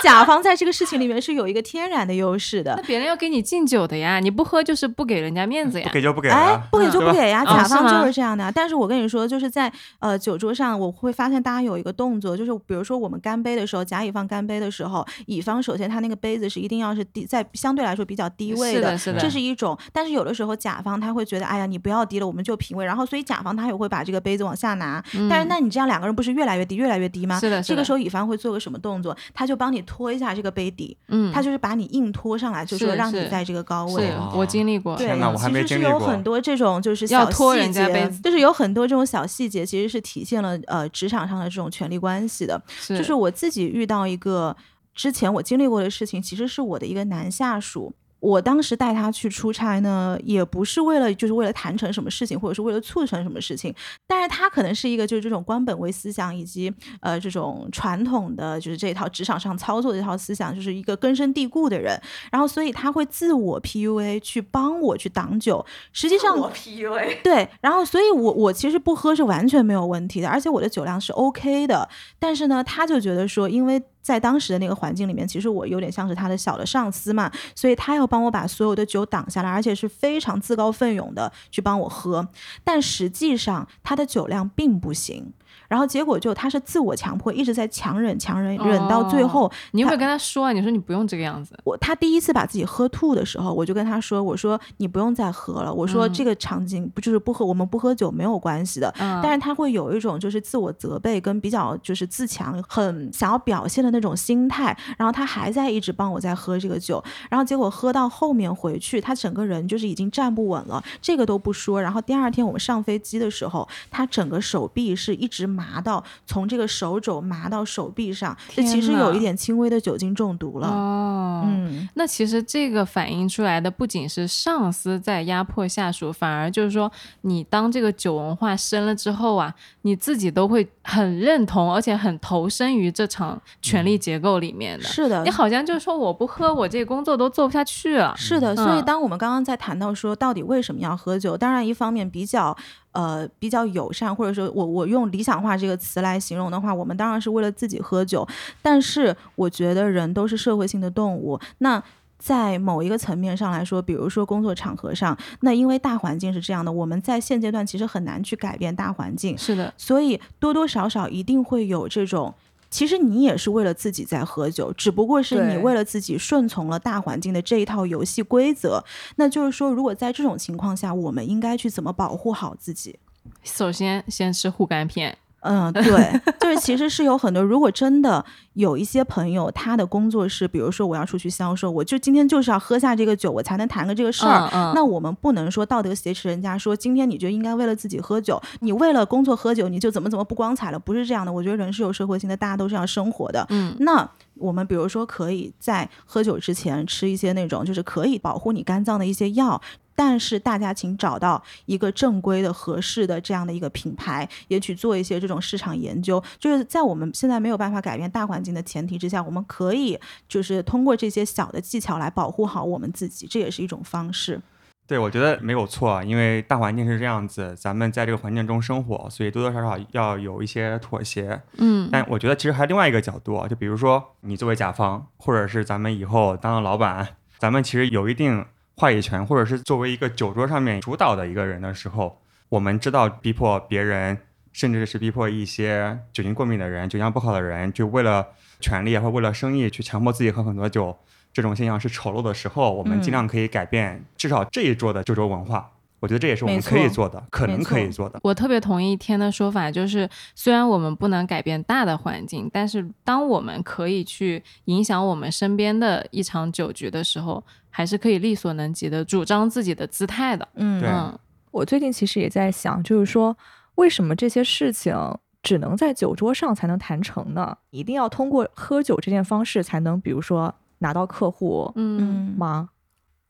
Speaker 4: 甲方在这个事情里面是有一个天然的优势
Speaker 3: 那
Speaker 4: 的。
Speaker 3: 别人要给你敬酒的呀，你不喝就是不给人家面子呀
Speaker 2: 不。给就不给
Speaker 4: 哎
Speaker 2: 了，，
Speaker 4: 不给就不给呀，
Speaker 3: 对吧
Speaker 4: 甲
Speaker 3: 哦
Speaker 4: 方
Speaker 3: 是吗
Speaker 4: 就是这样的啊。但是我跟你说，就是在呃酒桌上，我会发现大家有一个动作，就是比如说我们干杯的时候，甲乙方干杯的时候，乙方首先他那个杯子是一定要是低，在相对来说比较低位
Speaker 3: 是的，是的，
Speaker 4: 这是一种，但是有的时候甲方他会觉得，哎呀，你不要低了，我们就平位。然后，所以甲方他也会把这个杯子往下拿。
Speaker 3: 嗯
Speaker 4: 但是，那你这样两个人不是越来越低，越来越低吗？
Speaker 3: 是的，
Speaker 4: 这个时
Speaker 3: 候，
Speaker 4: 候乙方会做个什么动作？他就帮你拖一下这个杯底，
Speaker 3: 嗯，
Speaker 4: 他就是把你硬拖上来，就是说让你
Speaker 3: 是
Speaker 4: 在这个高位
Speaker 3: 是。我经历过，
Speaker 4: 对
Speaker 2: 天哪我，还
Speaker 4: 其
Speaker 2: 没
Speaker 4: 实是
Speaker 2: 经历
Speaker 4: 有
Speaker 2: 过
Speaker 4: 很多这种就是
Speaker 3: 要
Speaker 4: 小
Speaker 3: 拖
Speaker 4: 细
Speaker 3: 人家杯
Speaker 4: 节
Speaker 3: 子，
Speaker 4: 就是有很多这种小细节，其实是体现了呃职场上的这种权力关系的。
Speaker 3: 是
Speaker 4: 就是我自己遇到一个之前我经历过的事情，其实是我的一个男下属。我当时带他去出差呢，也不是为了就是为了谈成什么事情，或者是为了促成什么事情，但是他可能是一个就是这种官本位思想以及呃这种传统的就是这一套职场上操作的这套思想，就是一个根深蒂固的人。然后所以他会自我 PUA 去帮我去挡酒，实际
Speaker 1: 哦
Speaker 4: 上
Speaker 1: PUA，
Speaker 4: 对，然后所以我我其实不喝是完全没有问题的，而且我的酒量是 OK 的。但是呢，他就觉得说，因为在当时的那个环境里面，其实我有点像是他的小的上司嘛，所以他要帮我把所有的酒挡下来，而且是非常自告奋勇的去帮我喝。但实际上他的酒量并不行，然后结果就他是自我强迫，一直在强忍强忍，忍到最
Speaker 3: 哦
Speaker 4: 后
Speaker 3: 你有没有跟他说啊？你说你不用这个样子，
Speaker 4: 我他第一次把自己喝吐的时候，我就跟他说：“我说你不用再喝了，我说
Speaker 3: 嗯
Speaker 4: 这个场景不就是不喝，我们不喝酒没有关系的。
Speaker 3: 嗯，
Speaker 4: 但是他会有一种就是自我责备跟比较就是自强，很想要表现的那种心态。然后他还在一直帮我在喝这个酒，然后结果喝到后面回去，他整个人就是已经站不稳了，这个都不说。然后第二天我们上飞机的时候，他整个手臂是一直麻到从这个手肘麻到手臂上，这其实
Speaker 3: 天哪
Speaker 4: 有一点轻微的酒精中毒了。
Speaker 3: 哦，
Speaker 4: 嗯，
Speaker 3: 那其实这个反映出来的不仅是上司在压迫下属，反而就是说，你当这个酒文化深了之后啊，你自己都会很认同，而且很投身于这场权力结构里面的。
Speaker 4: 是的
Speaker 3: 你，好像就是说，我不喝，我这个工作都做不下去了。
Speaker 4: 是的。所以，
Speaker 3: 嗯
Speaker 4: 当我们刚刚在谈到说到底为什么要喝酒，当然一方面比较呃比较友善，或者说我我用理想化这个词来形容的话，我们当然是为了自己喝酒。但是，我觉得人都是社会性的动物，那。在某一个层面上来说，比如说工作场合上，那因为大环境是这样的，我们在现阶段其实很难去改变大环境，
Speaker 3: 是的，
Speaker 4: 所以多多少少一定会有这种。其实你也是为了自己在喝酒，只不过是你
Speaker 1: 对
Speaker 4: 为了自己顺从了大环境的这一套游戏规则。那就是说，如果在这种情况下，我们应该去怎么保护好自己？
Speaker 3: 首先先吃护肝片，
Speaker 4: 嗯，对，就是其实是有很多，如果真的有一些朋友，他的工作是，比如说我要出去销售，我就今天就是要喝下这个酒，我才能谈个这个事儿。
Speaker 3: 嗯嗯
Speaker 4: 那我们不能说道德挟持人家说，今天你就应该为了自己喝酒，你为了工作喝酒，你就怎么怎么不光彩了，不是这样的。我觉得人是有社会性的，大家都是要生活的。
Speaker 3: 嗯，
Speaker 4: 那我们比如说可以在喝酒之前吃一些那种就是可以保护你肝脏的一些药。但是大家请找到一个正规的、合适的这样的一个品牌，也去做一些这种市场研究。就是在我们现在没有办法改变大环境的前提之下，我们可以就是通过这些小的技巧来保护好我们自己，这也是一种方式。
Speaker 2: 对，我觉得没有错，啊因为大环境是这样子，咱们在这个环境中生活，所以多多少少要有一些妥协。
Speaker 3: 嗯，
Speaker 2: 但我觉得其实还有另外一个角度啊，就比如说你作为甲方，或者是咱们以后当了老板，咱们其实有一定话语权，或者是作为一个酒桌上面主导的一个人的时候，我们知道逼迫别人，甚至是逼迫一些酒精过敏的人、酒量不好的人，就为了权利啊或为了生意去强迫自己喝很多酒，这种现象是丑陋的时候，我们
Speaker 4: 嗯
Speaker 2: 尽量可以改变，至少这一桌的酒桌文化。我觉得这也是我
Speaker 4: 没
Speaker 2: 们
Speaker 4: 错
Speaker 2: 可以做的，可能
Speaker 4: 没错
Speaker 2: 可以做的。
Speaker 3: 我特别同意天的说法，就是虽然我们不能改变大的环境，但是当我们可以去影响我们身边的一场酒局的时候，还是可以力所能及的主张自己的姿态的。
Speaker 4: 嗯，
Speaker 2: 对
Speaker 3: 嗯，
Speaker 1: 我最近其实也在想，就是说为什么这些事情只能在酒桌上才能谈成呢？一定要通过喝酒这件方式才能，比如说拿到客户
Speaker 3: 嗯，
Speaker 4: 嗯，
Speaker 1: 吗？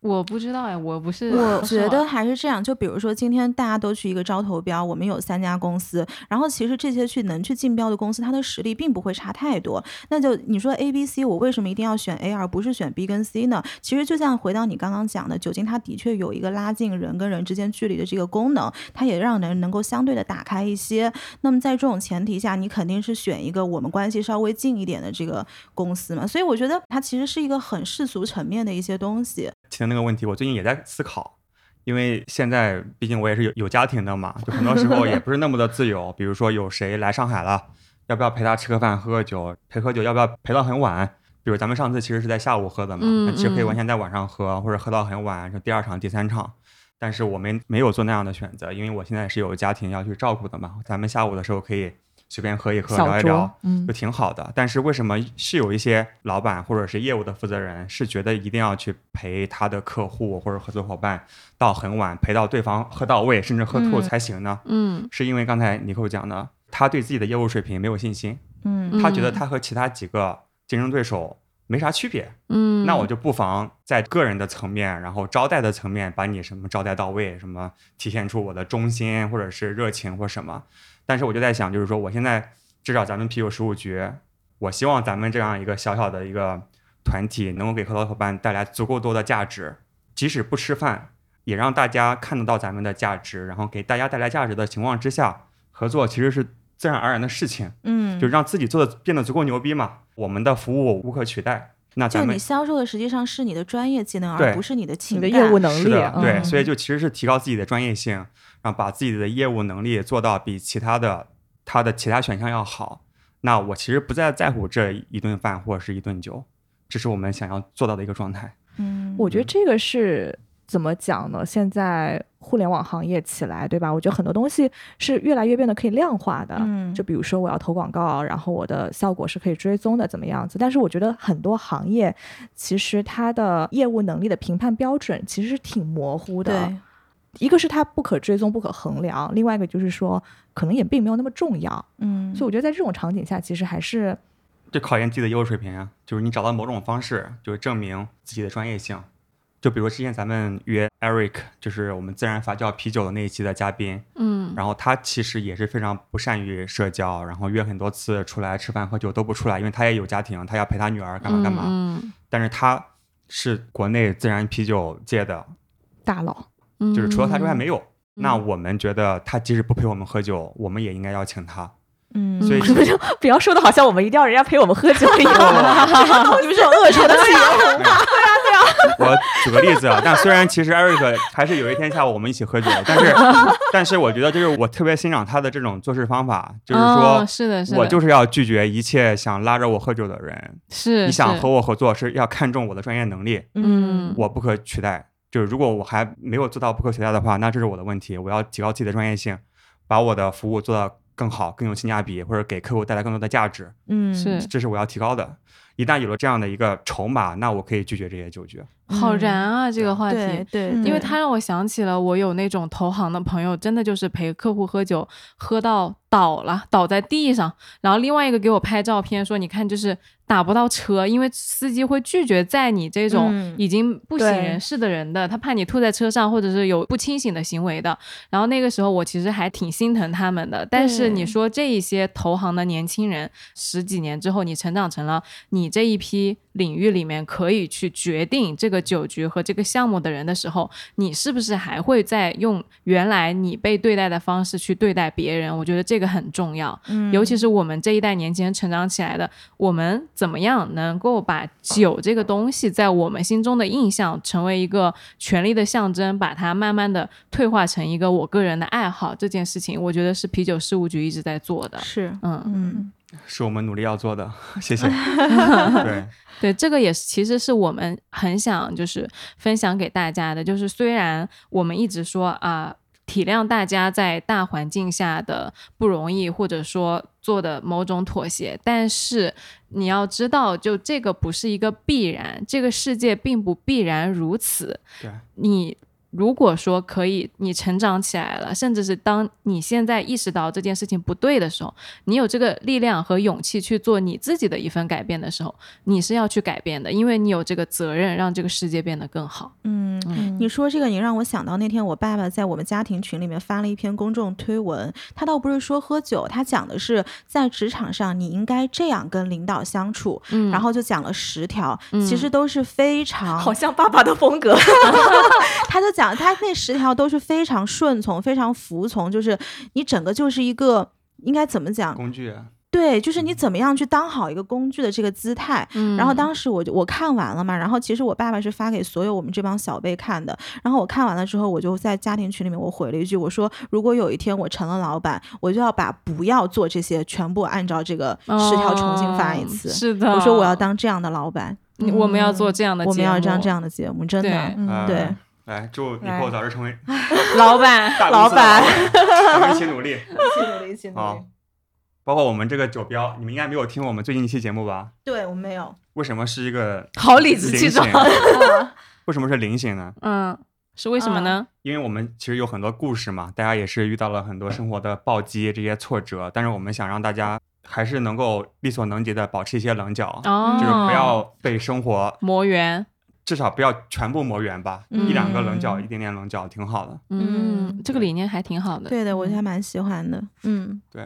Speaker 3: 我不知道哎，我不是，
Speaker 4: 我
Speaker 3: 不是
Speaker 4: 觉得还是这样，就比如说今天大家都去一个招投标，我们有三家公司，然后其实这些去能去竞标的公司，它的实力并不会差太多。那就你说 A、B、C，我为什么一定要选 A 而不是选 B 跟 C 呢？其实就像回到你刚刚讲的，酒精它的确有一个拉近人跟人之间距离的这个功能，它也让人能够相对的打开一些。那么在这种前提下，你肯定是选一个我们关系稍微近一点的这个公司嘛。所以我觉得它其实是一个很世俗层面的一些东西。
Speaker 2: 提的那个问题，我最近也在思考，因为现在毕竟我也是有有家庭的嘛，就很多时候也不是那么的自由。比如说有谁来上海了，要不要陪他吃个饭、喝个酒？陪喝酒要不要陪到很晚？比如咱们上次其实是在下午喝的嘛，
Speaker 3: 嗯
Speaker 2: 那其实可以
Speaker 3: 嗯
Speaker 2: 完全在晚上喝，或者喝到很晚，就第二场、第三场。但是我们没有做那样的选择，因为我现在是有家庭要去照顾的嘛。咱们下午的时候可以随便喝一喝，
Speaker 1: 小
Speaker 2: 聊一
Speaker 1: 酌
Speaker 2: 聊，，
Speaker 1: 嗯
Speaker 2: 就，挺好的。但是为什么是有一些老板或者是业务的负责人是觉得一定要去陪他的客户或者合作伙伴到很晚，陪到对方喝到位，甚至喝吐
Speaker 3: 嗯
Speaker 2: 才行呢？
Speaker 3: 嗯
Speaker 2: 是因为刚才尼寇讲的，他对自己的业务水平没有信心，
Speaker 4: 嗯
Speaker 2: 他觉得他和其他几个竞争对手没啥区别，
Speaker 3: 嗯，
Speaker 2: 那我就不妨在个人的层面，然后招待的层面，把你什么招待到位，什么体现出我的忠心或者是热情或什么。但是我就在想，就是说我现在至少咱们啤酒十五局，我希望咱们这样一个小小的一个团体，能够给合作伙伴带来足够多的价值，即使不吃饭，也让大家看得到咱们的价值，然后给大家带来价值的情况之下，合作其实是自然而然的事情，
Speaker 4: 嗯，
Speaker 2: 就让自己做的变得足够牛逼嘛。我们的服务无可取代。那
Speaker 4: 就
Speaker 2: 咱们
Speaker 4: 你销售的实际上是你的专业技能，而
Speaker 2: 对
Speaker 4: 不是你的情
Speaker 1: 你的
Speaker 4: 感。
Speaker 1: 业务能
Speaker 2: 是
Speaker 1: 力
Speaker 2: 的，，对，
Speaker 1: 嗯
Speaker 2: 所以就其实是提高自己的专业性，然后把自己的业务能力做到比其他的他的其他选项要好。那我其实不再在乎这一顿饭或者是一顿酒，这是我们想要做到的一个状态。
Speaker 4: 嗯，
Speaker 1: 我觉得这个是怎么讲呢？现在互联网行业起来，对吧？我觉得很多东西是越来越变得可以量化的。
Speaker 4: 嗯
Speaker 1: 就比如说我要投广告，然后我的效果是可以追踪的，怎么样子？但是我觉得很多行业其实它的业务能力的评判标准其实是挺模糊的
Speaker 4: 对。，
Speaker 1: 一个是它不可追踪、不可衡量，另外一个就是说可能也并没有那么重要。
Speaker 4: 嗯，
Speaker 1: 所以我觉得在这种场景下，其实还是
Speaker 2: 这考验自己的业务水平啊，就是你找到某种方式，就是证明自己的专业性。就比如之前咱们约 Eric，就是我们自然发酵啤酒的那一期的嘉宾，
Speaker 3: 嗯
Speaker 2: 然后他其实也是非常不善于社交，然后约很多次出来吃饭喝酒都不出来，因为他也有家庭，他要陪他女儿干嘛干嘛。
Speaker 3: 嗯，
Speaker 2: 但是他是国内自然啤酒界的，
Speaker 1: 大佬。
Speaker 3: 嗯
Speaker 2: 就是除了他之外没有。
Speaker 3: 嗯
Speaker 2: 那我们觉得他即使不陪我们喝酒，我们也应该要请他。
Speaker 4: 嗯，
Speaker 2: 所以
Speaker 1: 不要不要说的好像我们一定要人家陪我们喝酒一 样，
Speaker 4: 你们是有恶臭的气。
Speaker 2: 我举个例子啊，但虽然其实 Eric 还是有一天下午我们一起喝酒，但 是但是我觉得就是我特别欣赏他的这种做事方法，就是说。
Speaker 3: 哦是的，是的，
Speaker 2: 我就是要拒绝一切想拉着我喝酒的人。
Speaker 3: 是
Speaker 2: 你想
Speaker 3: 是
Speaker 2: 和我合作，是要看重我的专业能力，
Speaker 3: 嗯
Speaker 2: 我不可取代。就是如果我还没有做到不可取代的话，那这是我的问题。我要提高自己的专业性，把我的服务做到更好、更有性价比，或者给客户带来更多的价值，
Speaker 4: 嗯，
Speaker 3: 是
Speaker 2: 这是我要提高的。一旦有了这样的一个筹码，那我可以拒绝这些酒局。
Speaker 3: 好
Speaker 4: 嗯
Speaker 3: 燃啊这个话题，
Speaker 4: 对对，
Speaker 1: 嗯
Speaker 3: 因为
Speaker 4: 对
Speaker 3: 它让我想起了我有那种投行的朋友，真的就是陪客户喝酒，喝到倒了，倒在地上。然后另外一个给我拍照片说：“你看，就是打不到车，因为司机会拒绝载你这种
Speaker 4: 嗯
Speaker 3: 已经不省
Speaker 1: 对
Speaker 3: 人事的人的，他怕你吐在车上，或者是有不清醒的行为的。”然后那个时候我其实还挺心疼他们的。但是
Speaker 1: 对
Speaker 3: 你说这一些投行的年轻人，十几年之后你成长成了你这一批领域里面可以去决定这个酒局和这个项目的人的时候，你是不是还会再用原来你被对待的方式去对待别人？我觉得这个很重要，
Speaker 4: 嗯
Speaker 3: 尤其是我们这一代年轻人成长起来的，我们怎么样能够把酒这个东西在我们心中的印象成为一个权力的象征，把它慢慢的退化成一个我个人的爱好？这件事情，我觉得是啤酒事务局一直在做的。
Speaker 4: 是，
Speaker 3: 嗯，
Speaker 4: 嗯
Speaker 2: 是我们努力要做的， 谢谢。对，
Speaker 3: 对，这个也是，其实是我们很想就是分享给大家的，就是虽然我们一直说啊、体谅大家在大环境下的不容易，或者说做的某种妥协，但是你要知道，就这个不是一个必然，这个世界并不必然如此。
Speaker 2: 对
Speaker 3: 你如果说可以，你成长起来了，甚至是当你现在意识到这件事情不对的时候，你有这个力量和勇气去做你自己的一份改变的时候，你是要去改变的，因为你有这个责任让这个世界变得更好。
Speaker 4: 嗯，你说这个，你让我想到那天我爸爸在我们家庭群里面发了一篇公众推文，他倒不是说喝酒，他讲的是在职场上你应该这样跟领导相处，
Speaker 3: 嗯
Speaker 4: 然后就讲了十条，
Speaker 3: 嗯
Speaker 4: 其实都是非
Speaker 3: 啊
Speaker 4: 常，
Speaker 1: 好像爸爸的风格。
Speaker 4: 他就讲他那十条都是非常顺从、非常服从，就是你整个就是一个应该怎么讲？
Speaker 2: 工具，
Speaker 4: 对，就是你怎么样去当好一个工具的这个姿态，
Speaker 3: 嗯
Speaker 4: 然后当时我就我看完了嘛，然后其实我爸爸是发给所有我们这帮小辈看的。然后我看完了之后，我就在家庭群里面我回了一句，我说如果有一天我成了老板，我就要把不要做这些全部按照这个十条重新发一次。
Speaker 3: 哦是的，
Speaker 4: 我说我要当这样的老板，
Speaker 3: 你，我们要做这样的节
Speaker 4: 我
Speaker 3: 目，
Speaker 4: 们要当这样的节目，真的
Speaker 3: 对。
Speaker 1: 嗯
Speaker 2: 呃
Speaker 4: 对，
Speaker 2: 来祝以
Speaker 1: 来
Speaker 2: 后早日成为
Speaker 3: 老板。
Speaker 2: 大
Speaker 4: 老
Speaker 2: 公司的
Speaker 4: 板
Speaker 2: 老板，咱们一起努力
Speaker 1: 一起
Speaker 2: 啊！包括我们这个酒标，你们应该没有听我们最近一期节目吧？
Speaker 4: 对我没有，
Speaker 2: 为什么是一个
Speaker 3: 好理直气壮
Speaker 2: 菱形？为什么是菱形呢？
Speaker 3: 嗯，是为什么呢？
Speaker 2: 因为我们其实有很多故事嘛，大家也是遇到了很多生活的暴击，这些挫折，但是我们想让大家还是能够力所能及的保持一些棱角，
Speaker 3: 哦，
Speaker 2: 就是不要被生活，
Speaker 3: 磨圆。
Speaker 2: 至少不要全部磨圆吧，
Speaker 4: 嗯
Speaker 2: 一两个棱角，一点点棱角挺好的。
Speaker 3: 嗯
Speaker 4: 嗯，
Speaker 3: 这个理念还挺 好的。
Speaker 4: 对的，我
Speaker 3: 嗯
Speaker 4: 还蛮喜欢的。嗯。
Speaker 2: 对，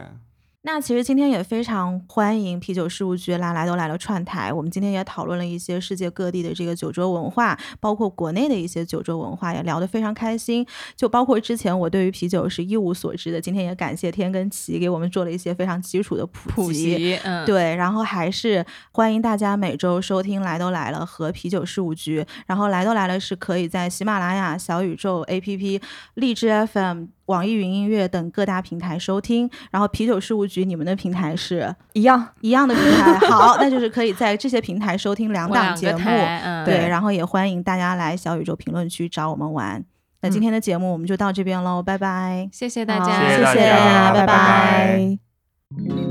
Speaker 4: 那其实今天也非常欢迎啤酒事务局啦来都来了串台。我们今天也讨论了一些世界各地的这个酒桌文化，包括国内的一些酒桌文化，也聊得非常开心。就包括之前我对于啤酒是一无所知的，今天也感谢天跟奇给我们做了一些非常基础的普及。
Speaker 3: 普及，嗯，
Speaker 4: 对，然后还是欢迎大家每周收听《来都来了》和啤酒事务局。然后《来都来了》是可以在喜马拉雅、小宇宙 APP、荔枝 FM、网易云音乐等各大平台收听。然后啤酒事务局，你们的平台是
Speaker 1: 一样，
Speaker 4: 一样的平台，好，那就是可以在这些平台收听两
Speaker 3: 我
Speaker 4: 档
Speaker 3: 两
Speaker 4: 节
Speaker 3: 个
Speaker 4: 目。
Speaker 3: 台，嗯，
Speaker 4: 对，然后也欢迎大家来小宇宙评论区找我们玩。那
Speaker 3: 嗯
Speaker 4: 今天的节目我们就到这边喽，拜拜。
Speaker 3: 谢谢大
Speaker 1: 好
Speaker 3: 家，
Speaker 2: 谢
Speaker 4: 谢
Speaker 2: 大
Speaker 4: 谢
Speaker 2: 家，
Speaker 4: 拜
Speaker 2: 拜
Speaker 4: 拜
Speaker 1: 拜。